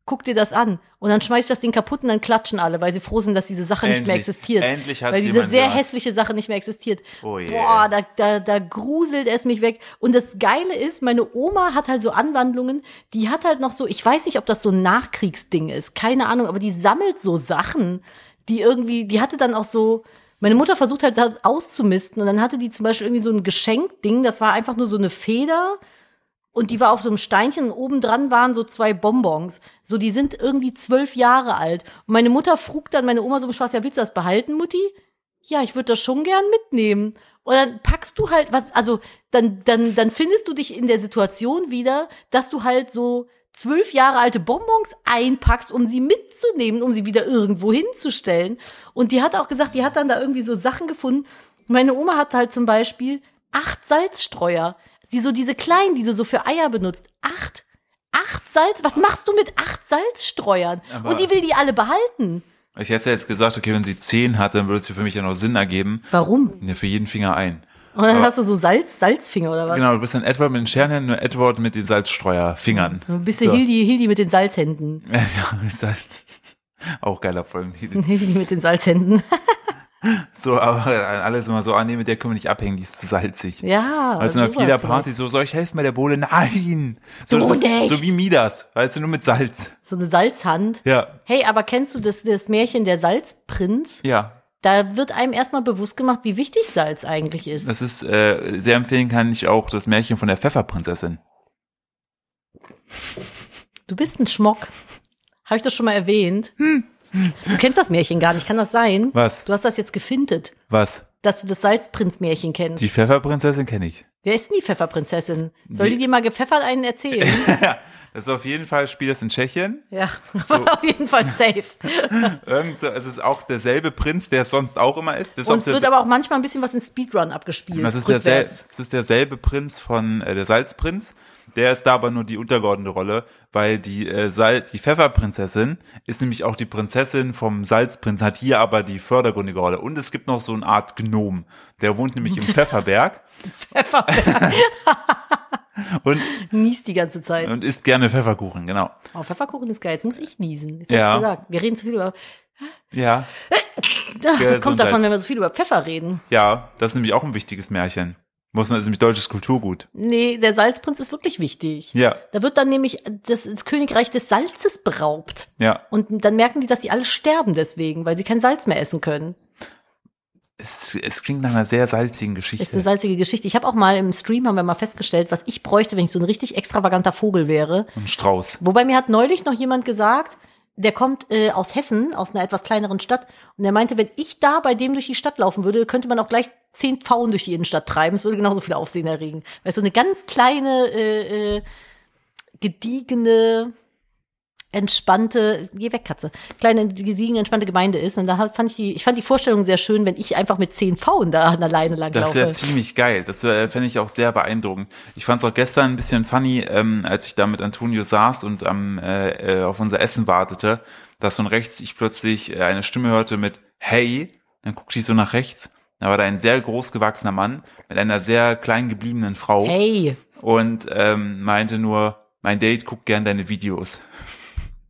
Speaker 2: Guck dir das an. Und dann schmeißt das Ding kaputt und dann klatschen alle, weil sie froh sind, dass diese Sache nicht mehr
Speaker 1: Endlich-
Speaker 2: existiert.
Speaker 1: endlich hat's
Speaker 2: Weil diese
Speaker 1: jemand
Speaker 2: sehr
Speaker 1: gehört.
Speaker 2: hässliche Sache nicht mehr existiert.
Speaker 1: Oh je.
Speaker 2: Boah, da, da, da gruselt es mich weg. Und das Geile ist, meine Oma hat halt so Anwandlungen, die hat halt noch so, ich weiß nicht, ob das so ein Nachkriegsding ist, keine Ahnung, aber die sammelt so Sachen, die irgendwie, die hatte dann auch so, meine Mutter versucht halt da auszumisten und dann hatte die zum Beispiel irgendwie so ein Geschenkding, das war einfach nur so eine Feder und die war auf so einem Steinchen und obendran waren so zwei Bonbons. So, die sind irgendwie zwölf Jahre alt. Und meine Mutter frug dann meine Oma so im Spaß, ja, willst du das behalten, Mutti? Ja, ich würde das schon gern mitnehmen. Und dann packst du halt was, also dann, dann, dann findest du dich in der Situation wieder, dass du halt so zwölf Jahre alte Bonbons einpackst, um sie mitzunehmen, um sie wieder irgendwo hinzustellen. Und die hat auch gesagt, die hat dann da irgendwie so Sachen gefunden. Meine Oma hat halt zum Beispiel acht Salzstreuer. Die so diese kleinen, die du so für Eier benutzt. Acht. Acht Salz. Was machst du mit acht Salzstreuern?
Speaker 1: Aber-
Speaker 2: Und die will die alle behalten.
Speaker 1: Ich hätte ja jetzt gesagt, okay, wenn sie zehn hat, dann würde es für mich ja noch Sinn ergeben.
Speaker 2: Warum?
Speaker 1: Ja, für jeden Finger ein.
Speaker 2: Und dann
Speaker 1: Aber-
Speaker 2: hast du so Salz, Salzfinger oder was?
Speaker 1: Genau, du bist dann Edward mit den Scherenhänden, nur Edward mit den Salzstreuerfingern.
Speaker 2: Ein bisschen
Speaker 1: Genau. so.
Speaker 2: Hildi, Hildi mit den Salzhänden.
Speaker 1: Ja, mit Salz. Auch geiler Folgen.
Speaker 2: Hildi mit den Salzhänden.
Speaker 1: So, aber alles immer so, ah nee, mit der können wir nicht abhängen, die ist zu salzig.
Speaker 2: Ja.
Speaker 1: Weißt du, und Also auf
Speaker 2: sowas
Speaker 1: jeder
Speaker 2: vielleicht.
Speaker 1: Party so, soll ich helfen bei der Bohle? Nein! So,
Speaker 2: Du
Speaker 1: das
Speaker 2: nicht.
Speaker 1: ist, so wie Midas, weißt du, nur mit Salz.
Speaker 2: So eine Salzhand.
Speaker 1: Ja,
Speaker 2: Hey, aber kennst du das, das Märchen der Salzprinz?
Speaker 1: ja.
Speaker 2: Da wird einem erstmal bewusst gemacht, wie wichtig Salz eigentlich ist.
Speaker 1: Das ist, äh, sehr empfehlen kann ich auch das Märchen von der Pfefferprinzessin.
Speaker 2: Du bist ein Schmock. Habe ich das schon mal erwähnt? Du kennst das Märchen gar nicht, kann das sein?
Speaker 1: Hm. Was?
Speaker 2: Du hast das jetzt gefintet,
Speaker 1: Was?
Speaker 2: dass du das Salzprinz-Märchen kennst.
Speaker 1: Die Pfefferprinzessin kenne ich.
Speaker 2: Wer ist denn die Pfefferprinzessin? Soll die
Speaker 1: Die-
Speaker 2: dir mal gepfeffert einen erzählen?
Speaker 1: Das ist auf jeden Fall, spielt das in Tschechien.
Speaker 2: ja, auf jeden Fall safe.
Speaker 1: Irgend so, es ist auch derselbe Prinz, der es sonst auch immer ist. Das ist
Speaker 2: Und
Speaker 1: auch
Speaker 2: es wird
Speaker 1: der-
Speaker 2: aber auch manchmal ein bisschen was in Speedrun abgespielt.
Speaker 1: das ist, dersel,
Speaker 2: rückwärts.
Speaker 1: das ist derselbe Prinz von äh, der Salzprinz. Der ist da aber nur die untergeordnete Rolle, weil die, äh, Sal die Pfefferprinzessin ist nämlich auch die Prinzessin vom Salzprinz, hat hier aber die fördergründige Rolle. Und es gibt noch so eine Art Gnom. Der wohnt nämlich im Pfefferberg
Speaker 2: Pfeffer
Speaker 1: und,
Speaker 2: niest die ganze Zeit.
Speaker 1: und isst gerne Pfefferkuchen, genau.
Speaker 2: Oh, Pfefferkuchen ist geil. Jetzt muss ich niesen. Jetzt
Speaker 1: Ja.
Speaker 2: hab ich's gesagt. Wir reden zu viel über.
Speaker 1: Ja,
Speaker 2: Ach, das kommt
Speaker 1: Gesundheit.
Speaker 2: davon, wenn wir so viel über Pfeffer reden.
Speaker 1: ja, das ist nämlich auch ein wichtiges Märchen. Muss man, ist nämlich deutsches Kulturgut.
Speaker 2: Nee, der Salzprinz ist wirklich wichtig.
Speaker 1: Ja.
Speaker 2: Da wird dann nämlich das, das Königreich des Salzes beraubt.
Speaker 1: Ja.
Speaker 2: Und dann merken die, dass sie alle sterben deswegen, weil sie kein Salz mehr essen können.
Speaker 1: Es, es klingt nach einer sehr salzigen Geschichte.
Speaker 2: Ist eine salzige Geschichte. Ich habe auch mal im Stream, haben wir mal festgestellt, was ich bräuchte, wenn ich so ein richtig extravaganter Vogel wäre.
Speaker 1: Ein Strauß.
Speaker 2: Wobei mir hat neulich noch jemand gesagt, der kommt äh, aus Hessen, aus einer etwas kleineren Stadt, und er meinte, wenn ich da bei dem durch die Stadt laufen würde, könnte man auch gleich zehn Pfauen durch die Innenstadt treiben. Es würde genauso viel Aufsehen erregen. Weil es so eine ganz kleine, äh, äh, gediegene, entspannte, geh weg, Katze, kleine, gediegene, entspannte Gemeinde ist. Und da hat- fand ich die, ich fand die Vorstellung sehr schön, wenn ich einfach mit zehn Pfauen da an der Leine
Speaker 1: Das wäre
Speaker 2: langlaufe.
Speaker 1: ziemlich geil. Das wär- fände ich auch sehr beeindruckend. Ich fand es auch gestern ein bisschen funny, ähm, als ich da mit Antonio saß und am, äh, äh, auf unser Essen wartete, dass von rechts ich plötzlich äh, eine Stimme hörte mit Hey, dann guckte ich so nach rechts. Da war da ein sehr großgewachsener Mann mit einer sehr klein gebliebenen Frau
Speaker 2: Hey,
Speaker 1: und ähm, meinte nur, mein Date guckt gern deine Videos.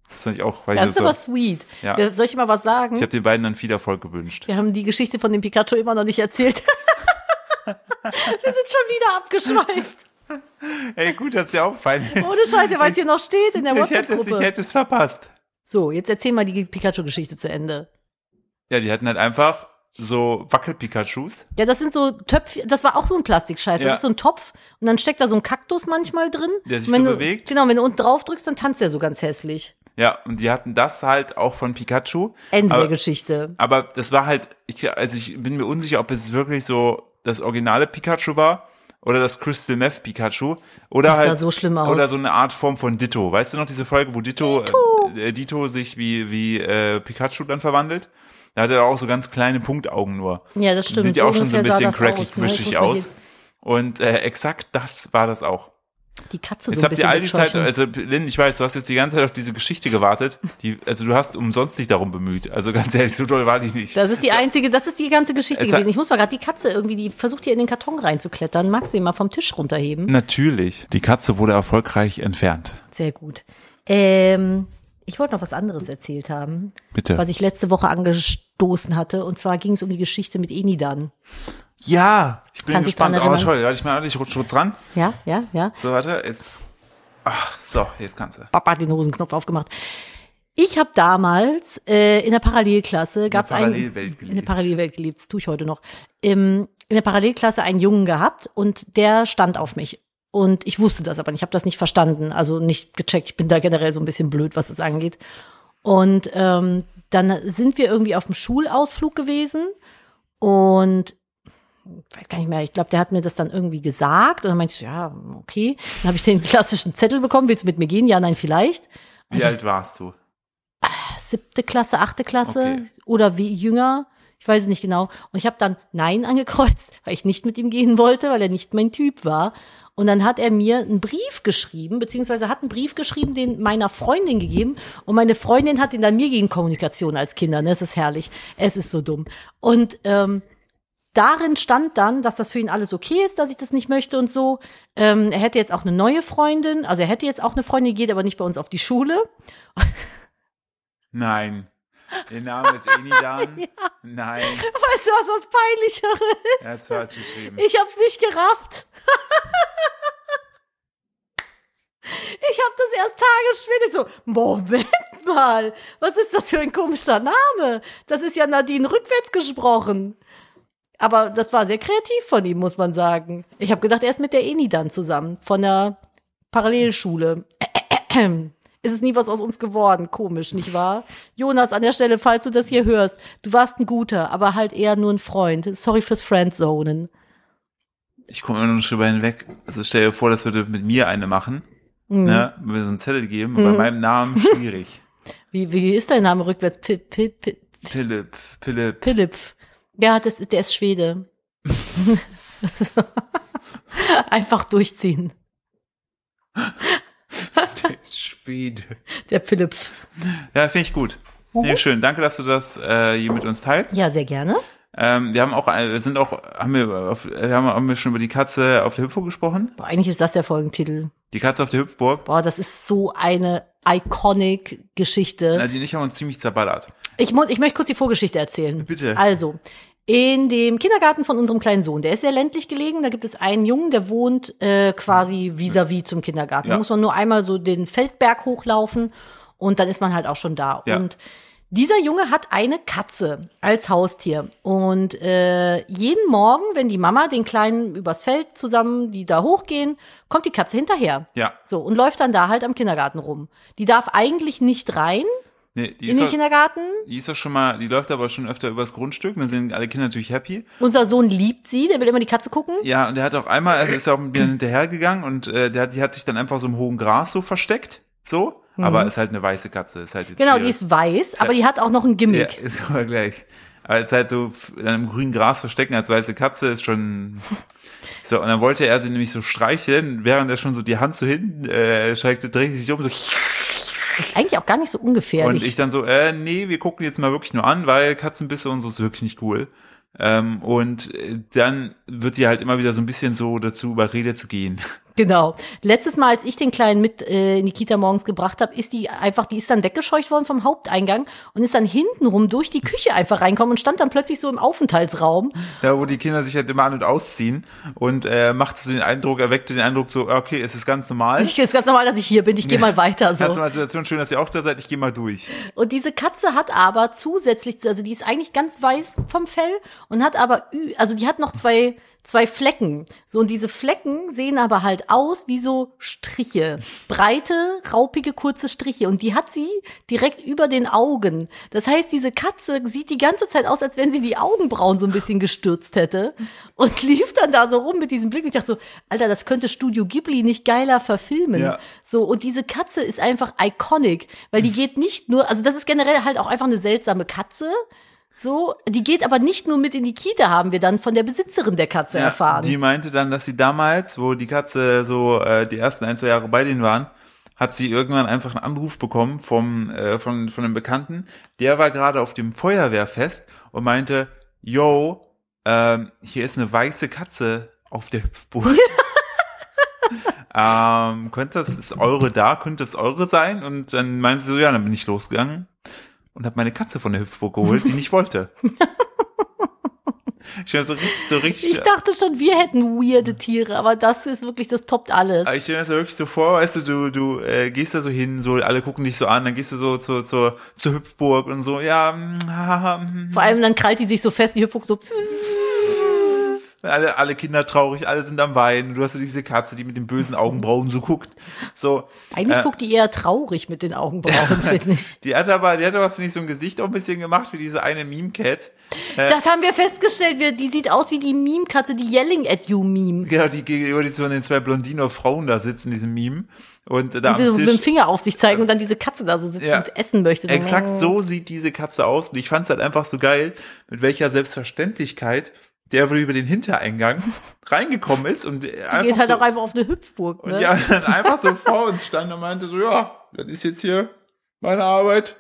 Speaker 1: Das fand ich auch, weil
Speaker 2: das
Speaker 1: ich
Speaker 2: ist
Speaker 1: so,
Speaker 2: aber sweet.
Speaker 1: Ja.
Speaker 2: Wer- Soll ich mal was sagen?
Speaker 1: ich habe den beiden dann viel Erfolg gewünscht.
Speaker 2: Wir haben die Geschichte von dem Pikachu immer noch nicht erzählt. Wir sind schon wieder abgeschweift.
Speaker 1: Ey, gut, dass dir auffallen ist.
Speaker 2: Ohne Scheiße, weil es hier noch steht in der
Speaker 1: Ich hätte es, ich
Speaker 2: WhatsApp-Gruppe.
Speaker 1: hätte es verpasst.
Speaker 2: So, jetzt erzähl mal die Pikachu-Geschichte zu Ende.
Speaker 1: Ja, die hatten halt einfach so Wackel-Pikachus.
Speaker 2: Ja, das sind so Töpfe, das war auch so ein Plastikscheiß.
Speaker 1: Ja.
Speaker 2: Das ist so ein Topf und dann steckt da so ein Kaktus manchmal drin.
Speaker 1: Der sich
Speaker 2: Und wenn
Speaker 1: so
Speaker 2: du,
Speaker 1: bewegt?
Speaker 2: Genau, wenn du unten drauf drückst, dann tanzt er so ganz hässlich.
Speaker 1: Ja, und die hatten das halt auch von Pikachu.
Speaker 2: Ende der
Speaker 1: aber,
Speaker 2: Geschichte.
Speaker 1: aber das war halt, ich, also ich bin mir unsicher, ob es wirklich so das originale Pikachu war oder das Crystal Meth Pikachu oder
Speaker 2: Das sah
Speaker 1: halt
Speaker 2: so schlimm aus.
Speaker 1: oder so eine Art Form von Ditto. Weißt du noch diese Folge, wo Ditto Äh, äh, Ditto sich wie wie äh, Pikachu dann verwandelt? Da hat er auch so ganz kleine Punktaugen nur.
Speaker 2: Ja, das stimmt.
Speaker 1: Sieht ja
Speaker 2: So
Speaker 1: auch schon so ein bisschen
Speaker 2: ungefähr sah das aus,
Speaker 1: crackig,
Speaker 2: ne? Ich
Speaker 1: mischig
Speaker 2: muss mal
Speaker 1: aus. Und äh, exakt das war das auch.
Speaker 2: Die Katze so
Speaker 1: Jetzt
Speaker 2: ein
Speaker 1: habt
Speaker 2: bisschen
Speaker 1: ihr all die Zeit,
Speaker 2: bescheuert.
Speaker 1: also Lynn, ich weiß, du hast jetzt die ganze Zeit auf diese Geschichte gewartet. Die, also du hast umsonst dich darum bemüht. Also ganz ehrlich, so toll war die nicht.
Speaker 2: Das ist die einzige, das ist die ganze Geschichte
Speaker 1: Es hat-
Speaker 2: gewesen. Ich muss mal gerade die Katze irgendwie, die versucht hier in den Karton reinzuklettern. Magst du ihn mal vom Tisch
Speaker 1: Hm.
Speaker 2: runterheben?
Speaker 1: Natürlich. Die Katze wurde erfolgreich entfernt.
Speaker 2: Sehr gut. Ähm, ich wollte noch was anderes erzählt haben,
Speaker 1: Bitte.
Speaker 2: was ich letzte Woche angestoßen hatte. Und zwar ging es um die Geschichte mit Enidan.
Speaker 1: ja, ich bin
Speaker 2: Kannst dich
Speaker 1: gespannt.
Speaker 2: dran
Speaker 1: Oh,
Speaker 2: erinnern?
Speaker 1: toll, warte ich mal, ich rutsche kurz ran.
Speaker 2: Ja, ja, ja.
Speaker 1: So, warte, jetzt. Ach, so, jetzt kannst du.
Speaker 2: Papa hat den Hosenknopf aufgemacht. Ich habe damals äh, in der Parallelklasse gab's einen
Speaker 1: Parallelwelt
Speaker 2: in der
Speaker 1: gelebt.
Speaker 2: Parallelwelt gelebt, das tue ich heute noch. Im, in der Parallelklasse einen Jungen gehabt und der stand auf mich und ich wusste das, aber ich habe das nicht verstanden, also nicht gecheckt. Ich bin da generell so ein bisschen blöd, was das angeht. Und ähm, dann sind wir irgendwie auf dem Schulausflug gewesen und ich weiß gar nicht mehr, ich glaube, der hat mir das dann irgendwie gesagt und dann meinte ich so, ja, okay. Dann habe ich den klassischen Zettel bekommen, willst du mit mir gehen? Ja, nein, vielleicht.
Speaker 1: Wie alt warst du?
Speaker 2: Siebte Klasse, achte Klasse
Speaker 1: Okay.
Speaker 2: oder wie jünger, ich weiß es nicht genau. Und ich habe dann Nein angekreuzt, weil ich nicht mit ihm gehen wollte, weil er nicht mein Typ war. Und dann hat er mir einen Brief geschrieben, beziehungsweise hat einen Brief geschrieben, den meiner Freundin gegeben. Und meine Freundin hat ihn dann mir gegeben, Kommunikation als Kinder. Ne? Es ist herrlich. Es ist so dumm. Und ähm, darin stand dann, dass das für ihn alles okay ist, dass ich das nicht möchte und so. Ähm, er hätte jetzt auch eine neue Freundin, also er hätte jetzt auch eine Freundin, die geht aber nicht bei uns auf die Schule.
Speaker 1: Nein. Der Name ist Enidan. Nein.
Speaker 2: Weißt du, was das Peinlichere ist?
Speaker 1: Er hat falsch geschrieben.
Speaker 2: Ich hab's nicht gerafft. Ich hab das erst Tage später so, Moment mal, was ist das für ein komischer Name? Das ist ja Nadine rückwärts gesprochen. Aber das war sehr kreativ von ihm, muss man sagen. Ich habe gedacht, er ist mit der Eni dann zusammen, von der Parallelschule. Es ist nie was aus uns geworden, komisch, nicht wahr? Jonas, an der Stelle, falls du das hier hörst, du warst ein guter, aber halt eher nur ein Freund. Sorry fürs Friendzonen.
Speaker 1: ich komme immer noch nicht drüber hinweg. Also stell dir vor, das würde mit mir eine machen. Ne?
Speaker 2: Mhm.
Speaker 1: Würde mir so einen Zettel geben. Bei meinem Namen schwierig.
Speaker 2: Wie, wie ist dein Name rückwärts? Pi- Pi- Pi-
Speaker 1: Philipp, Philipp.
Speaker 2: Pilipf. Ja, das, ist- der ist Schwede. Einfach durchziehen.
Speaker 1: Der ist Schwede.
Speaker 2: Der Pilipf.
Speaker 1: Ja, finde ich gut. Nee, schön. Danke, dass du das äh, hier mit uns teilst.
Speaker 2: Ja, sehr gerne.
Speaker 1: Ähm, wir haben auch, äh, wir sind auch, haben wir, auf, äh, haben, haben wir schon über die Katze auf der Hüpfburg gesprochen?
Speaker 2: Boah, eigentlich ist das der Folgentitel.
Speaker 1: Die Katze auf der Hüpfburg?
Speaker 2: Boah, das ist so eine iconic Geschichte.
Speaker 1: Nadine und ich haben uns ziemlich zerballert.
Speaker 2: Ich, muss, ich möchte kurz die Vorgeschichte erzählen.
Speaker 1: Bitte.
Speaker 2: Also, in dem Kindergarten von unserem kleinen Sohn. Der ist sehr ländlich gelegen. Da gibt es einen Jungen, der wohnt äh, quasi vis-à-vis zum Kindergarten.
Speaker 1: Ja.
Speaker 2: Da muss man nur einmal so den Feldberg hochlaufen und dann ist man halt auch schon da.
Speaker 1: Ja.
Speaker 2: Und dieser Junge hat eine Katze als Haustier. Und äh, jeden Morgen, wenn die Mama den Kleinen übers Feld zusammen, die da hochgehen, kommt die Katze hinterher.
Speaker 1: Ja.
Speaker 2: So, und läuft dann da halt am Kindergarten rum. Die darf eigentlich nicht rein
Speaker 1: Nee, die
Speaker 2: in
Speaker 1: ist,
Speaker 2: den
Speaker 1: doch,
Speaker 2: Kindergarten.
Speaker 1: die ist doch schon mal, die läuft aber schon öfter übers Grundstück, dann sind alle Kinder natürlich happy.
Speaker 2: Unser Sohn liebt sie, der will immer die Katze gucken.
Speaker 1: Ja, und der hat auch einmal, er ist ja auch mit mir hinterhergegangen und äh, der hat, die hat sich dann einfach so im hohen Gras so versteckt, so. Aber ist halt eine weiße Katze, ist halt jetzt
Speaker 2: Mhm. Genau,
Speaker 1: schwierig.
Speaker 2: die ist weiß, aber die hat auch noch ein
Speaker 1: Ja,
Speaker 2: Gimmick.
Speaker 1: ist aber gleich. Aber es ist halt so, f- in einem grünen Gras verstecken als weiße Katze ist schon. So, und dann wollte er sie nämlich so streicheln, während er schon so die Hand so hinten äh, streckte, dreht sie sich um so.
Speaker 2: Ist eigentlich auch gar nicht so ungefährlich.
Speaker 1: Und ich dann so, äh, nee, wir gucken jetzt mal wirklich nur an, weil Katzenbisse und so ist wirklich nicht cool. Ähm, und äh, dann wird die halt immer wieder so ein bisschen so dazu überredet zu gehen.
Speaker 2: genau. Letztes Mal, als ich den Kleinen mit äh, in die Kita morgens gebracht habe, ist die einfach, die ist dann weggescheucht worden vom Haupteingang und ist dann hintenrum durch die Küche einfach reinkommen und stand dann plötzlich so im Aufenthaltsraum.
Speaker 1: Da, wo die Kinder sich halt immer an und ausziehen und äh, macht so den Eindruck, erweckte den Eindruck so, okay, es ist ganz normal.
Speaker 2: Ich ist ganz normal, dass ich hier bin. Ich gehe mal weiter so.
Speaker 1: Ganz normale Situation, schön, dass ihr auch da seid, ich gehe mal durch.
Speaker 2: Und diese Katze hat aber zusätzlich, also die ist eigentlich ganz weiß vom Fell und hat aber, ü- also die hat noch zwei, zwei Flecken. So, und diese Flecken sehen aber halt aus wie so Striche. Breite, raupige, kurze Striche. Und die hat sie direkt über den Augen. Das heißt, diese Katze sieht die ganze Zeit aus, als wenn sie die Augenbrauen so ein bisschen gestürzt hätte. Und lief dann da so rum mit diesem Blick. Und ich dachte so, Alter, das könnte Studio Ghibli nicht geiler verfilmen.
Speaker 1: Ja.
Speaker 2: So, und diese Katze ist einfach iconic, weil
Speaker 1: Hm.
Speaker 2: die geht nicht nur, also das ist generell halt auch einfach eine seltsame Katze. So, die geht aber nicht nur mit in die Kita, haben wir dann von der Besitzerin der Katze
Speaker 1: Ja,
Speaker 2: erfahren.
Speaker 1: Die meinte dann, dass sie damals, wo die Katze so äh, die ersten ein, zwei Jahre bei denen waren, hat sie irgendwann einfach einen Anruf bekommen vom, äh, von, von einem Bekannten. Der war gerade auf dem Feuerwehrfest und meinte, yo, ähm, hier ist eine weiße Katze auf der Hüpfburg. ähm, könnte das, ist eure da, könnte das eure sein? Und dann meinte sie so, ja, dann bin ich losgegangen und habe meine Katze von der Hüpfburg geholt, die nicht wollte. Ich war so richtig, so richtig.
Speaker 2: ich dachte schon, wir hätten
Speaker 1: Hm.
Speaker 2: weirde Tiere, aber das ist wirklich, das toppt alles.
Speaker 1: Aber ich stelle mir das ja wirklich so vor, weißt du, du, du äh, gehst da so hin, so alle gucken dich so an, dann gehst du so zur zur zur Hüpfburg und so, ja, mm, haha, mm.
Speaker 2: Vor allem dann krallt die sich so fest, die Hüpfung so,
Speaker 1: alle, alle Kinder traurig, alle sind am Weinen, du hast so diese Katze, die mit den bösen Augenbrauen so guckt. So,
Speaker 2: eigentlich guckt die eher traurig mit den Augenbrauen, finde ich.
Speaker 1: die hat aber, die hat aber, finde ich, so ein Gesicht auch ein bisschen gemacht, wie diese eine Meme-Cat.
Speaker 2: Das haben wir festgestellt, wir, die sieht aus wie die Meme-Katze, die Yelling at You Meme.
Speaker 1: Genau, die gegenüber die so den zwei Blondiner Frauen da sitzen, diesem Meme. Und da
Speaker 2: Die so
Speaker 1: am
Speaker 2: mit dem
Speaker 1: Tisch.
Speaker 2: Finger auf sich zeigen und dann diese Katze da so sitzt
Speaker 1: Ja.
Speaker 2: und essen möchte. So,
Speaker 1: Exakt so sieht diese Katze aus. Und ich fand's halt einfach so geil, mit welcher Selbstverständlichkeit der wohl über den Hintereingang reingekommen ist und einfach,
Speaker 2: geht halt
Speaker 1: so,
Speaker 2: auch einfach auf eine Hüpfburg. Ne?
Speaker 1: und ja, dann einfach so vor uns stand und meinte so, ja, das ist jetzt hier meine Arbeit.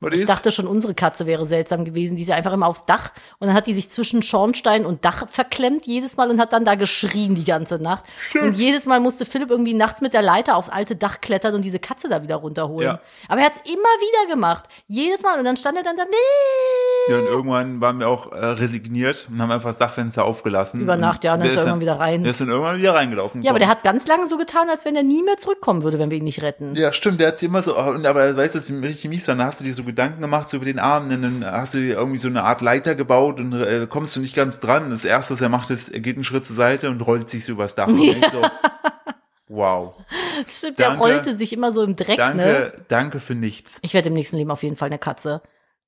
Speaker 1: Was
Speaker 2: ich
Speaker 1: ist?
Speaker 2: dachte schon, unsere Katze wäre seltsam gewesen. Die ist ja einfach immer aufs Dach und dann hat die sich zwischen Schornstein und Dach verklemmt jedes Mal und hat dann da geschrien die ganze Nacht. Und jedes Mal musste Philipp irgendwie nachts mit der Leiter aufs alte Dach klettern und diese Katze da wieder runterholen.
Speaker 1: Ja.
Speaker 2: Aber er hat's immer wieder gemacht. Jedes Mal. Und dann stand er dann da. "Nee."
Speaker 1: ja, und irgendwann waren wir auch äh, resigniert und haben einfach das Dachfenster aufgelassen.
Speaker 2: Über Nacht, ja, und dann
Speaker 1: der
Speaker 2: ist er irgendwann wieder rein.
Speaker 1: Der ist dann irgendwann wieder reingelaufen.
Speaker 2: Ja, aber der
Speaker 1: gekommen.
Speaker 2: hat ganz lange so getan, als wenn er nie mehr zurückkommen würde, wenn wir ihn nicht retten.
Speaker 1: Ja, stimmt, der hat sie immer so, oh, und aber weißt du, das ist richtig mies, dann hast du dir so Gedanken gemacht, so über den Arm, dann hast du dir irgendwie so eine Art Leiter gebaut und äh, kommst du nicht ganz dran. Das erste, was er macht, ist, er geht einen Schritt zur Seite und rollt sich so übers Dach. Und ich so, wow.
Speaker 2: Stimmt, der
Speaker 1: Danke.
Speaker 2: rollte sich immer so im Dreck, ne?
Speaker 1: Danke, danke für nichts.
Speaker 2: Ich werde im nächsten Leben auf jeden Fall eine Katze.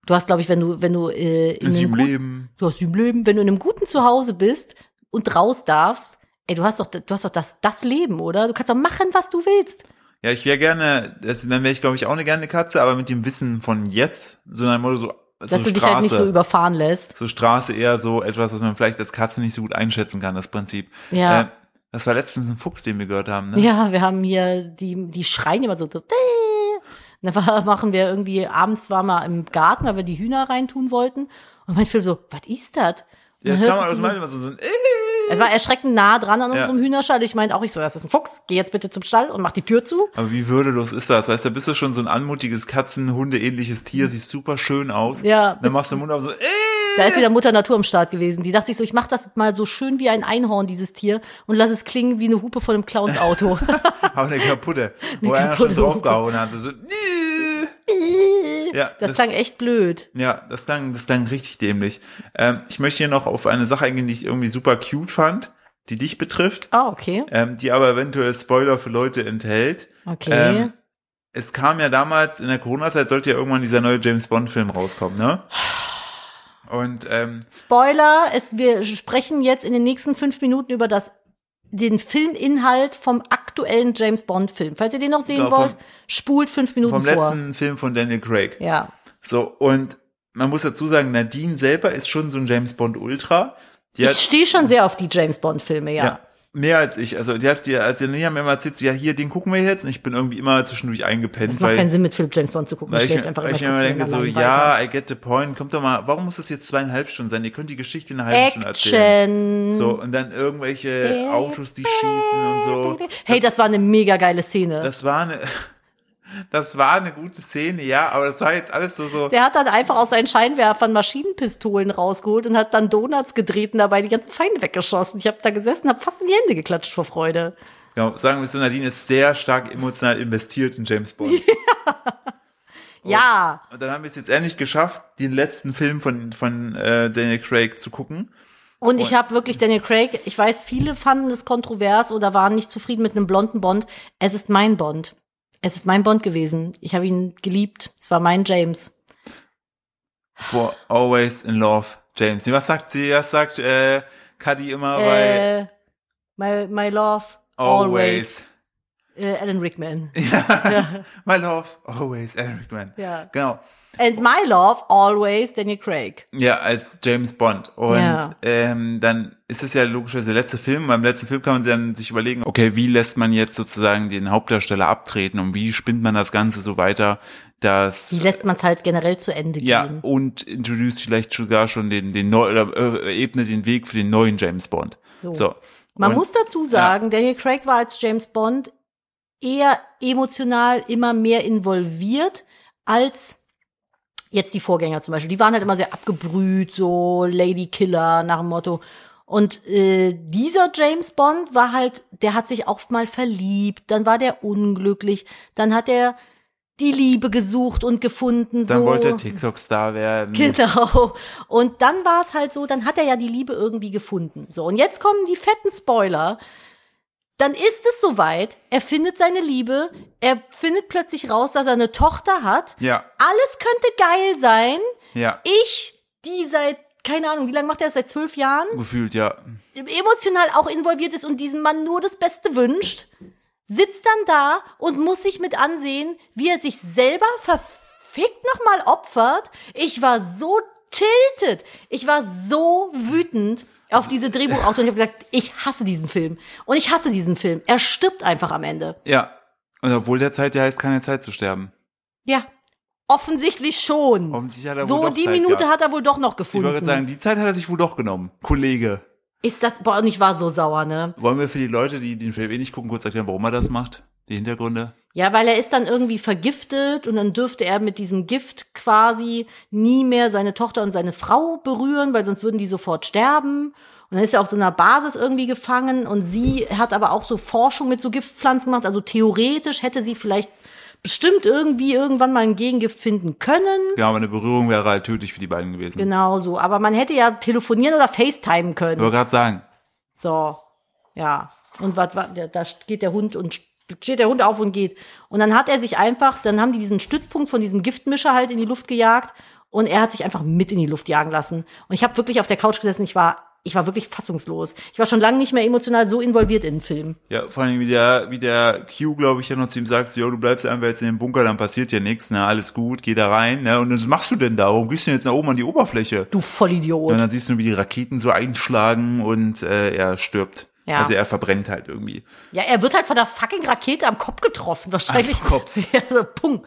Speaker 2: Du hast, glaube ich, wenn du, wenn du äh, in
Speaker 1: Sie
Speaker 2: einem
Speaker 1: im
Speaker 2: guten-
Speaker 1: Leben.
Speaker 2: du hast im Leben, wenn du in einem guten Zuhause bist und raus darfst, ey, du hast doch, du hast doch das, das Leben, oder? Du kannst doch machen, was du willst.
Speaker 1: Ja, ich wäre gerne, das, dann wäre ich, glaube ich, auch eine gerne Katze, aber mit dem Wissen von jetzt, sondern immer so, so
Speaker 2: Dass du
Speaker 1: Straße.
Speaker 2: dich halt nicht so überfahren lässt.
Speaker 1: so Straße eher so etwas, was man vielleicht als Katze nicht so gut einschätzen kann, das Prinzip.
Speaker 2: Ja.
Speaker 1: Ähm, das war letztens ein Fuchs, den wir gehört haben, ne?
Speaker 2: Ja, wir haben hier, die, die schreien immer so. so und dann war- machen wir irgendwie, abends war mal im Garten, weil wir die Hühner reintun wollten. Und mein Film so, was ist das?
Speaker 1: Ja, das kann man aus
Speaker 2: so,
Speaker 1: meinem immer so, so ein
Speaker 2: es war erschreckend nah dran an unserem
Speaker 1: Ja.
Speaker 2: Hühnerstall. Ich meinte auch, ich so, das ist ein Fuchs, geh jetzt bitte zum Stall und mach die Tür zu.
Speaker 1: Aber wie würdelos ist das? Weißt du, da bist du schon so ein anmutiges Katzen-, Hunde-ähnliches Tier, siehst super schön aus.
Speaker 2: Hm. Ja,
Speaker 1: Dann
Speaker 2: bist-
Speaker 1: machst du den Mund auf so, äh,
Speaker 2: Da ist wieder Mutter Natur am Start gewesen. Die dachte sich so, ich mache das mal so schön wie ein Einhorn, dieses Tier, und lass es klingen wie eine Hupe von einem Clowns Auto.
Speaker 1: Aber eine kaputte, wo einer schon
Speaker 2: kaputte Hupe.
Speaker 1: draufgehauen hat. So, so, ja,
Speaker 2: Das klang echt blöd.
Speaker 1: Ja, das klang, das klang richtig dämlich. Ähm, ich möchte hier noch auf eine Sache eingehen, die ich irgendwie super cute fand, die dich betrifft,
Speaker 2: Ah, okay.
Speaker 1: ähm, die aber eventuell Spoiler für Leute enthält.
Speaker 2: Okay.
Speaker 1: Ähm, es kam ja damals, in der Corona-Zeit sollte ja irgendwann dieser neue James Bond-Film rauskommen, ne? Und ähm,
Speaker 2: Spoiler, es, wir sprechen jetzt in den nächsten fünf Minuten über das, den Filminhalt vom aktuellen James Bond Film. Falls ihr den noch sehen
Speaker 1: Genau, vom-
Speaker 2: wollt, spult fünf Minuten
Speaker 1: vom
Speaker 2: vor.
Speaker 1: letzten Film von Daniel Craig.
Speaker 2: ja.
Speaker 1: So, und man muss dazu sagen, Nadine selber ist schon so ein James Bond Ultra. Die
Speaker 2: Ich stehe schon sehr auf die James Bond Filme, ja.
Speaker 1: Ja, mehr als ich. Also die hat dir, als ihr mir mal erzählt, so, ja hier, den gucken wir jetzt. Und ich bin irgendwie immer zwischendurch eingepennt,
Speaker 2: Es macht
Speaker 1: weil,
Speaker 2: keinen Sinn, mit Philip James Bond zu gucken. Man
Speaker 1: weil ich,
Speaker 2: schläft einfach
Speaker 1: weil ich mir
Speaker 2: guckt
Speaker 1: immer denke, so,
Speaker 2: miteinander weiter.
Speaker 1: ja, I get the point, kommt doch mal, warum muss das jetzt zweieinhalb Stunden sein? Ihr könnt die Geschichte in einer halben Stunde erzählen.
Speaker 2: Action.
Speaker 1: So, und dann irgendwelche Autos, die schießen und so.
Speaker 2: Hey, das war eine mega geile Szene.
Speaker 1: Das war eine, das war eine gute Szene, ja, aber das war jetzt alles so, so,
Speaker 2: der hat dann einfach aus seinen Scheinwerfern Maschinenpistolen rausgeholt und hat dann Donuts gedreht und dabei die ganzen Feinde weggeschossen. Ich habe da gesessen, habe fast in die Hände geklatscht vor Freude.
Speaker 1: genau, sagen wir so, Nadine ist sehr stark emotional investiert in James Bond.
Speaker 2: Ja,
Speaker 1: Und dann haben wir es jetzt endlich geschafft, den letzten Film von, von äh, Daniel Craig zu gucken.
Speaker 2: Und ich habe wirklich Daniel Craig, ich weiß, viele fanden es kontrovers oder waren nicht zufrieden mit einem blonden Bond. Es ist mein Bond. Es ist mein Bond gewesen. Ich habe ihn geliebt. Es war mein James.
Speaker 1: For Always in Love, James. Nee, was sagt sie? Was sagt äh, Cuddy immer bei
Speaker 2: Äh, my, my love, always.
Speaker 1: Always?
Speaker 2: Äh, Alan Rickman.
Speaker 1: My love, always, Alan Rickman.
Speaker 2: Ja.
Speaker 1: Genau.
Speaker 2: And my love, always Daniel Craig.
Speaker 1: Ja, als James Bond. Und
Speaker 2: Ja.
Speaker 1: ähm, dann ist es ja logischerweise der letzte Film. Beim letzten Film kann man sich dann sich überlegen, okay, wie lässt man jetzt sozusagen den Hauptdarsteller abtreten und wie spinnt man das Ganze so weiter, dass
Speaker 2: Wie lässt man es halt generell zu Ende
Speaker 1: Äh, Ja,
Speaker 2: gehen?
Speaker 1: und introduce vielleicht sogar schon den, den neu, oder äh, ebne den Weg für den neuen James Bond.
Speaker 2: So.
Speaker 1: So.
Speaker 2: Man
Speaker 1: und,
Speaker 2: muss dazu sagen, Daniel Craig war als James Bond eher emotional immer mehr involviert als jetzt die Vorgänger zum Beispiel. Die waren halt immer sehr abgebrüht, so Lady Killer nach dem Motto. Und äh, dieser James Bond war halt, der hat sich oft mal verliebt, dann war der unglücklich, dann hat er die Liebe gesucht und gefunden.
Speaker 1: Dann
Speaker 2: so.
Speaker 1: wollte er TikTok-Star werden.
Speaker 2: Genau. Und dann war es halt so, dann hat er ja die Liebe irgendwie gefunden. So, und jetzt kommen die fetten Spoiler. Dann ist es soweit, er findet seine Liebe, er findet plötzlich raus, dass er eine Tochter hat.
Speaker 1: Ja,
Speaker 2: Alles könnte geil sein.
Speaker 1: ja.
Speaker 2: Ich, die seit, keine Ahnung, wie lange macht er das, seit zwölf Jahren,
Speaker 1: Gefühlt, ja.
Speaker 2: emotional auch involviert ist und diesem Mann nur das Beste wünscht, sitzt dann da und muss sich mit ansehen, wie er sich selber verfickt nochmal opfert. Ich war so tiltet. Ich war so wütend auf diese Drehbuchautorin. Ich habe gesagt, ich hasse diesen Film. Und ich hasse diesen Film. Er stirbt einfach am Ende.
Speaker 1: Ja. Und obwohl der Zeit ja heißt, keine Zeit zu sterben.
Speaker 2: Ja. Offensichtlich schon.
Speaker 1: Offensichtlich hat er wohl
Speaker 2: so,
Speaker 1: doch
Speaker 2: die
Speaker 1: Zeit
Speaker 2: Minute
Speaker 1: gehabt.
Speaker 2: hat er wohl doch noch
Speaker 1: Ich wollte gerade
Speaker 2: gefunden.
Speaker 1: sagen, die Zeit hat er sich wohl doch genommen. Kollege.
Speaker 2: Ist das, boah, und ich war so sauer, ne?
Speaker 1: Wollen wir für die Leute, die den Film eh nicht gucken, kurz erklären, warum er das macht? Die Hintergründe?
Speaker 2: Ja, weil er ist dann irgendwie vergiftet und dann dürfte er mit diesem Gift quasi nie mehr seine Tochter und seine Frau berühren, weil sonst würden die sofort sterben. Und dann ist er auf so einer Basis irgendwie gefangen und sie hat aber auch so Forschung mit so Giftpflanzen gemacht. Also theoretisch hätte sie vielleicht bestimmt irgendwie irgendwann mal ein Gegengift finden können.
Speaker 1: Genau, aber eine Berührung wäre halt tödlich für die beiden gewesen. Genau.
Speaker 2: Genau so. Aber man hätte ja telefonieren oder FaceTime
Speaker 1: Ich
Speaker 2: können.
Speaker 1: wollte gerade sagen,
Speaker 2: So, ja. Und wat, wat, da- da geht der Hund und st- steht der Hund auf und geht. Und dann hat er sich einfach, dann haben die diesen Stützpunkt von diesem Giftmischer halt in die Luft gejagt und er hat sich einfach mit in die Luft jagen lassen. Und ich habe wirklich auf der Couch gesessen, ich war, ich war wirklich fassungslos. Ich war schon lange nicht mehr emotional so involviert in den Film.
Speaker 1: Ja, vor allem wie der, wie der Q, glaube ich, ja noch zu ihm sagt, so, jo, du bleibst einfach jetzt in dem Bunker, dann passiert ja nichts, ne, alles gut, geh da rein, ne, und was machst du denn da? Warum gehst du denn jetzt nach oben an die Oberfläche?
Speaker 2: Du
Speaker 1: Und
Speaker 2: Vollidiot.
Speaker 1: dann siehst du, wie die Raketen so einschlagen und äh, er stirbt.
Speaker 2: Ja.
Speaker 1: Also er verbrennt halt irgendwie.
Speaker 2: Ja, er wird halt von der fucking Rakete am Kopf getroffen, wahrscheinlich.
Speaker 1: Am Kopf.
Speaker 2: Ja, so, pum.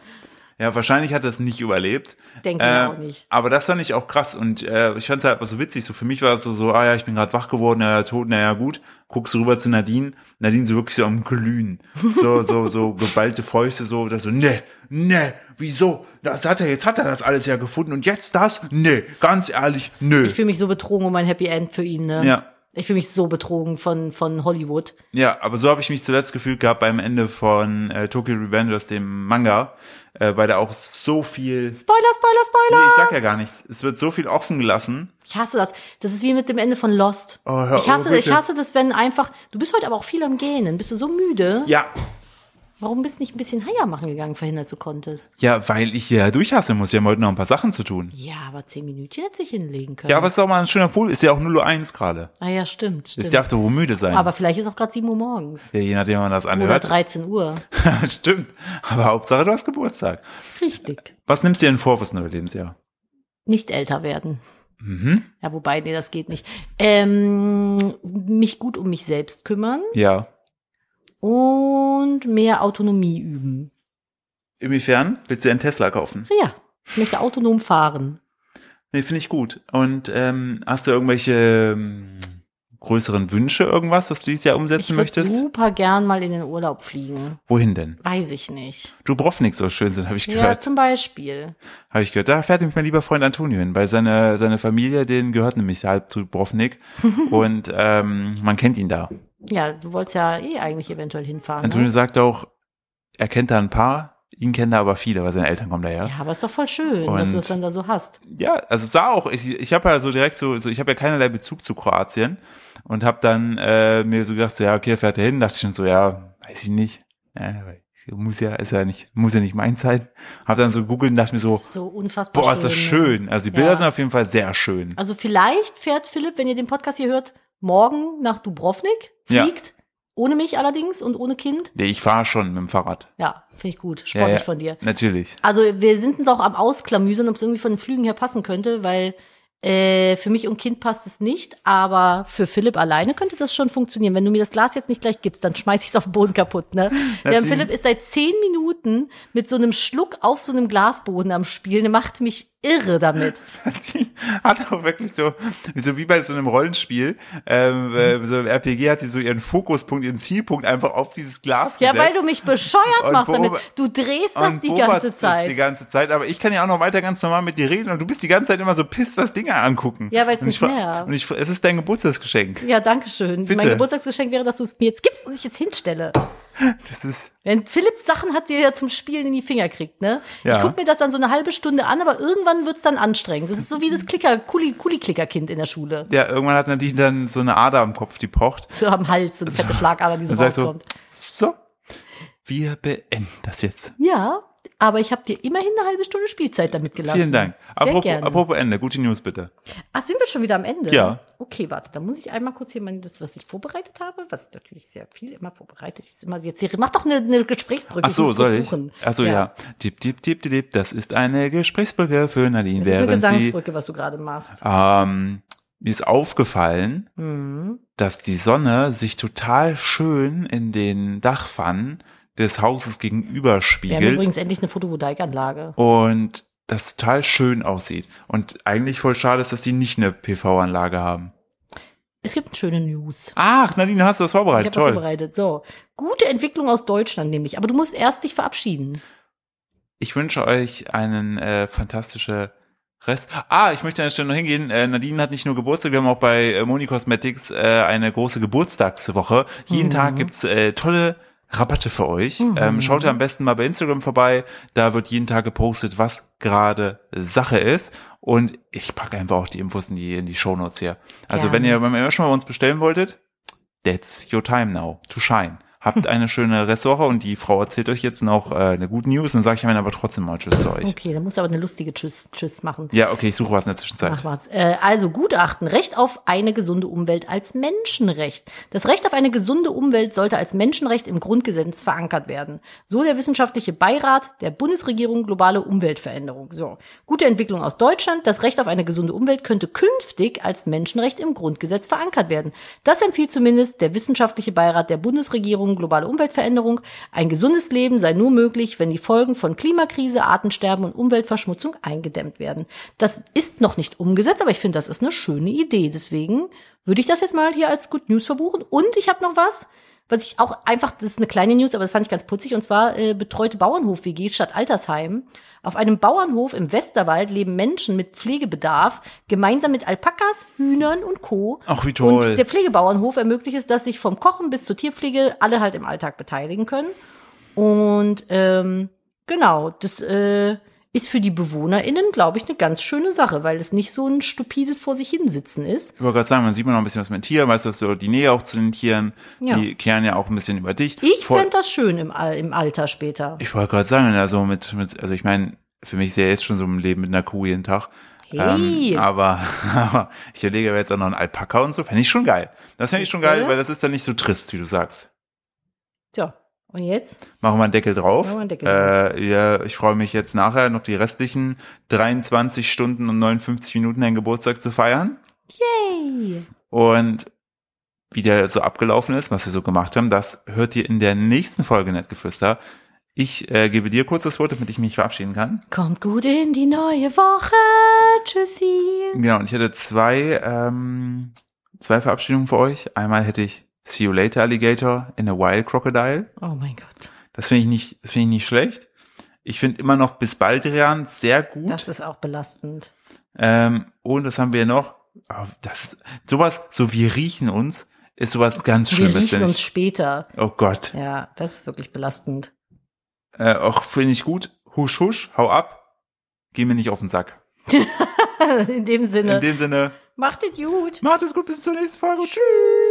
Speaker 1: Ja, wahrscheinlich hat er es nicht überlebt. Äh,
Speaker 2: Denke ich auch nicht.
Speaker 1: Aber das fand ich auch krass und äh, ich fand es halt so witzig. So für mich war es so, so ah ja, ich bin gerade wach geworden, ja, ja, tot, naja, gut. guckst rüber zu Nadine, Nadine so wirklich so am Glühen. So, so, so geballte Fäuste, so, dass so, ne, ne, wieso? Das hat er, jetzt hat er das alles ja gefunden und jetzt das? Ne, ganz ehrlich, nö.
Speaker 2: Ich fühle mich so betrogen um ein Happy End für ihn, ne?
Speaker 1: Ja.
Speaker 2: Ich fühle mich so betrogen von, von Hollywood.
Speaker 1: Ja, aber so habe ich mich zuletzt gefühlt gehabt beim Ende von äh, Tokyo Revengers, dem Manga, äh, weil da auch so viel.
Speaker 2: Spoiler, Spoiler,
Speaker 1: Nee,
Speaker 2: Spoiler!
Speaker 1: ich sag ja gar nichts. Es wird so viel offen gelassen.
Speaker 2: Ich hasse das. Das ist wie mit dem Ende von Lost.
Speaker 1: Oh, hör
Speaker 2: ich hasse,
Speaker 1: auf, bitte.
Speaker 2: ich hasse das, wenn einfach. Du bist heute aber auch viel am Gähnen. Bist du so müde?
Speaker 1: Ja.
Speaker 2: Warum bist du nicht ein bisschen Haier machen gegangen, verhindert du konntest?
Speaker 1: Ja, weil ich ja durchhasse muss. Wir haben heute noch ein paar Sachen zu tun.
Speaker 2: Ja, aber zehn Minütchen hätte ich hinlegen können.
Speaker 1: Ja, aber es ist auch mal ein schöner Pool. Ist ja auch 0.01 gerade.
Speaker 2: ah ja, stimmt,
Speaker 1: Ich
Speaker 2: stimmt.
Speaker 1: darf doch wohl müde sein.
Speaker 2: aber vielleicht ist auch gerade 7 Uhr morgens.
Speaker 1: ja, je nachdem, wann man das
Speaker 2: Oder
Speaker 1: anhört.
Speaker 2: 13 Uhr.
Speaker 1: Stimmt. Aber Hauptsache, du hast Geburtstag.
Speaker 2: Richtig.
Speaker 1: Was nimmst du denn vor fürs neue Lebensjahr?
Speaker 2: Nicht älter werden.
Speaker 1: Mhm.
Speaker 2: Ja, wobei, nee, das geht nicht. Ähm, mich gut um mich selbst kümmern
Speaker 1: Ja.
Speaker 2: und mehr Autonomie üben.
Speaker 1: Inwiefern? Willst du dir einen Tesla kaufen?
Speaker 2: Ja, ich möchte autonom fahren.
Speaker 1: Nee, finde ich gut. Und ähm, hast du irgendwelche ähm, größeren Wünsche, irgendwas, was du dieses Jahr
Speaker 2: Ich
Speaker 1: umsetzen
Speaker 2: würde
Speaker 1: möchtest?
Speaker 2: super gern mal in den Urlaub fliegen.
Speaker 1: Wohin denn?
Speaker 2: Weiß ich nicht.
Speaker 1: Dubrovnik soll schön sind, habe ich
Speaker 2: Ja,
Speaker 1: gehört.
Speaker 2: zum Beispiel.
Speaker 1: Habe ich gehört. Da fährt nämlich mein lieber Freund Antonio hin, weil seine, seine Familie, denen gehört nämlich halb Dubrovnik. und ähm, man kennt ihn da.
Speaker 2: Ja, du wolltest ja eh eigentlich eventuell hinfahren.
Speaker 1: Antonio
Speaker 2: Ne?
Speaker 1: sagt auch, er kennt da ein paar, ihn kennen da aber viele, weil seine Eltern kommen daher.
Speaker 2: Ja, aber ist doch voll schön, dass
Speaker 1: Und-
Speaker 2: du das dann da so hast.
Speaker 1: ja, also es sah auch, ich, ich habe ja so direkt so, so ich habe ja keinerlei Bezug zu Kroatien und habe dann äh, mir so gedacht, so, ja, okay, er fährt er hin, dachte ich schon so, ja, weiß ich nicht. Ja, muss ja, ist ja nicht, muss ja nicht mein sein. Hab dann so gegoogelt und dachte mir so,
Speaker 2: So unfassbar
Speaker 1: boah,
Speaker 2: schön.
Speaker 1: ist das
Speaker 2: ne?
Speaker 1: schön. Also die Bilder
Speaker 2: Ja.
Speaker 1: sind auf jeden Fall sehr schön.
Speaker 2: Also vielleicht fährt Philipp, wenn ihr den Podcast hier hört, morgen nach Dubrovnik,
Speaker 1: Ja.
Speaker 2: fliegt. Ohne mich allerdings und ohne Kind.
Speaker 1: Nee, ich fahre schon mit dem Fahrrad.
Speaker 2: Ja, finde ich gut.
Speaker 1: Ja,
Speaker 2: Sportlich
Speaker 1: ja,
Speaker 2: von dir.
Speaker 1: Natürlich.
Speaker 2: Also wir sind uns auch am Ausklamüsern, ob es irgendwie von den Flügen her passen könnte, weil äh, für mich und Kind passt es nicht, aber für Philipp alleine könnte das schon funktionieren. Wenn du mir das Glas jetzt nicht gleich gibst, dann schmeiß ich es auf den Boden kaputt. Ne? Der
Speaker 1: Natürlich.
Speaker 2: Philipp ist seit zehn Minuten mit so einem Schluck auf so einem Glasboden am Spielen. Der macht mich irre damit.
Speaker 1: hat auch wirklich so, so wie bei so einem Rollenspiel, ähm, äh, so im RPG hat sie so ihren Fokuspunkt, ihren Zielpunkt einfach auf dieses Glas
Speaker 2: Ja,
Speaker 1: gesetzt.
Speaker 2: weil du mich bescheuert
Speaker 1: Und
Speaker 2: machst damit.
Speaker 1: beobacht-
Speaker 2: Du drehst das
Speaker 1: und
Speaker 2: die
Speaker 1: beobachtest
Speaker 2: ganze
Speaker 1: es
Speaker 2: Zeit.
Speaker 1: Die ganze Zeit, aber ich kann ja auch noch weiter ganz normal mit dir reden und du bist die ganze Zeit immer so piss das Ding angucken.
Speaker 2: Ja, weil's
Speaker 1: Und ich
Speaker 2: nicht
Speaker 1: fra-
Speaker 2: nervt.
Speaker 1: Und ich, fra- es ist dein Geburtstagsgeschenk.
Speaker 2: ja, danke schön.
Speaker 1: Bitte.
Speaker 2: Mein Geburtstagsgeschenk wäre, dass du es mir jetzt gibst und ich es hinstelle.
Speaker 1: Das ist,
Speaker 2: Wenn Philipp Sachen hat, die er ja zum Spielen in die Finger kriegt, ne?
Speaker 1: Ja.
Speaker 2: Ich guck mir das dann so eine halbe Stunde an, aber irgendwann wird's dann anstrengend. Das ist so wie das Klicker, Kuli, Kuli-Klicker-Kind in der Schule.
Speaker 1: ja, irgendwann hat Nadine dann so eine Ader am Kopf, die pocht.
Speaker 2: So am Hals, so eine fette Schlagader, die so
Speaker 1: Dann sagst du,
Speaker 2: rauskommt.
Speaker 1: so, wir beenden das jetzt.
Speaker 2: Ja, aber ich habe dir immerhin eine halbe Stunde Spielzeit damit gelassen.
Speaker 1: Vielen Dank.
Speaker 2: Sehr
Speaker 1: Apropos,
Speaker 2: gerne.
Speaker 1: apropos Ende, gute News bitte.
Speaker 2: Ach, sind wir schon wieder am Ende?
Speaker 1: Ja.
Speaker 2: Okay, warte, dann muss ich einmal kurz hier mein, das, was ich vorbereitet habe, was ich natürlich sehr viel immer vorbereitet, ist immer jetzt hier, mach doch eine, eine Gesprächsbrücke.
Speaker 1: Ach so,
Speaker 2: muss
Speaker 1: soll
Speaker 2: kurz
Speaker 1: ich?
Speaker 2: suchen.
Speaker 1: Ach so, ja. Dip, dip, dip, dip, dip. Das ist eine Gesprächsbrücke für Nadine,
Speaker 2: Das ist eine
Speaker 1: während sie,
Speaker 2: Gesangsbrücke, was du gerade machst.
Speaker 1: ähm, mir ist aufgefallen,
Speaker 2: Mhm.
Speaker 1: dass die Sonne sich total schön in den Dachpfannen des Hauses gegenüber
Speaker 2: Wir haben
Speaker 1: spiegelt
Speaker 2: übrigens endlich eine Photovoltaikanlage.
Speaker 1: und das total schön aussieht. Und eigentlich voll schade ist, dass die nicht eine PV-Anlage haben.
Speaker 2: Es gibt schöne News.
Speaker 1: Ach, Nadine, hast du das
Speaker 2: Ich habe
Speaker 1: vorbereitet?
Speaker 2: was
Speaker 1: Ah, Toll.
Speaker 2: vorbereitet. So, gute Entwicklung aus Deutschland nämlich. Aber du musst erst dich verabschieden.
Speaker 1: Ich wünsche euch einen äh, fantastische Rest. Ah, ich möchte an der Stelle noch hingehen. Äh, Nadine hat nicht nur Geburtstag, wir haben auch bei äh, Moni Cosmetics äh, eine große Geburtstagswoche. Jeden Tag gibt's äh, tolle Rabatte für euch. Ähm, schaut am besten mal bei Instagram vorbei. Da wird jeden Tag gepostet, was gerade Sache ist. Und ich packe einfach auch die Infos in die, in die Shownotes hier. Also
Speaker 2: Gerne.
Speaker 1: wenn ihr beim schon mal bei uns bestellen wolltet, That's your time now to shine. Habt eine schöne Restwoche und die Frau erzählt euch jetzt noch äh, eine gute News, dann sage ich am Ende aber trotzdem mal Tschüss zu euch.
Speaker 2: Okay, dann musst du aber eine lustige Tschüss, Tschüss machen.
Speaker 1: Ja, okay, ich suche was in der Zwischenzeit.
Speaker 2: Mach mal's. Äh, also Gutachten, Recht auf eine gesunde Umwelt als Menschenrecht. Das Recht auf eine gesunde Umwelt sollte als Menschenrecht im Grundgesetz verankert werden. So der wissenschaftliche Beirat der Bundesregierung globale Umweltveränderung. So, gute Entwicklung aus Deutschland. Das Recht auf eine gesunde Umwelt könnte künftig als Menschenrecht im Grundgesetz verankert werden. Das empfiehlt zumindest der wissenschaftliche Beirat der Bundesregierung Veränderungen, globale Umweltveränderung. Ein gesundes Leben sei nur möglich, wenn die Folgen von Klimakrise, Artensterben und Umweltverschmutzung eingedämmt werden. Das ist noch nicht umgesetzt, aber ich finde, das ist eine schöne Idee. Deswegen würde ich das jetzt mal hier als Good News verbuchen. Und ich habe noch was, was ich auch einfach, das ist eine kleine News, aber das fand ich ganz putzig, und zwar äh, betreute Bauernhof-WG statt Altersheim. Auf einem Bauernhof im Westerwald leben Menschen mit Pflegebedarf gemeinsam mit Alpakas, Hühnern und Co.
Speaker 1: Ach, wie toll.
Speaker 2: Und der Pflegebauernhof ermöglicht es, dass sich vom Kochen bis zur Tierpflege alle halt im Alltag beteiligen können. Und ähm, genau, das äh, ist für die BewohnerInnen, glaube ich, eine ganz schöne Sache, weil es nicht so ein stupides vor sich hinsitzen ist.
Speaker 1: Ich wollte gerade sagen, man sieht man noch ein bisschen was mit den Tieren, weißt du, so die Nähe auch zu den Tieren,
Speaker 2: Ja.
Speaker 1: die kehren ja auch ein bisschen über dich.
Speaker 2: Ich
Speaker 1: Vor-
Speaker 2: fände das schön im, Al- im Alter später.
Speaker 1: Ich wollte gerade sagen, also mit, mit, also ich meine, für mich ist ja jetzt schon so ein Leben mit einer Kuh jeden Tag.
Speaker 2: Hey.
Speaker 1: Ähm, aber, aber ich erlege aber jetzt auch noch einen Alpaka und so. Fände ich schon geil. Das fände ich schon geil,
Speaker 2: Siehste?
Speaker 1: weil das ist dann nicht so trist, wie du sagst.
Speaker 2: Tja, und jetzt?
Speaker 1: Machen wir einen Deckel drauf.
Speaker 2: Machen wir einen Deckel
Speaker 1: äh, ja, ich freue mich jetzt nachher noch die restlichen 23 Stunden und 59 Minuten deinen Geburtstag zu feiern.
Speaker 2: Hey.
Speaker 1: Und wie der so abgelaufen ist, was wir so gemacht haben, das hört ihr in der nächsten Folge Nettgeflüster. Ich äh, gebe dir kurz das Wort, damit ich mich verabschieden kann.
Speaker 2: Kommt gut in die neue Woche. Tschüssi.
Speaker 1: Genau, und ich hätte zwei, ähm, zwei Verabschiedungen für euch. Einmal hätte ich See You Later Alligator in a Wild Crocodile.
Speaker 2: Oh mein Gott.
Speaker 1: Das finde ich nicht, das finde ich nicht schlecht. Ich finde immer noch bis bald, Rian, sehr
Speaker 2: Das
Speaker 1: gut.
Speaker 2: ist auch belastend.
Speaker 1: Ähm, und das haben wir noch. Oh, das, sowas, so wir riechen uns, ist sowas ganz
Speaker 2: Wir
Speaker 1: Schlimmes.
Speaker 2: riechen
Speaker 1: finde
Speaker 2: uns
Speaker 1: ich.
Speaker 2: später.
Speaker 1: Oh Gott.
Speaker 2: Ja, das ist wirklich belastend.
Speaker 1: Äh, auch finde ich gut. Husch, husch, hau ab. Geh mir nicht auf den Sack.
Speaker 2: In dem Sinne,
Speaker 1: In dem Sinne,
Speaker 2: Äh. macht es gut.
Speaker 1: macht es gut, bis zur nächsten Folge. Tschüss.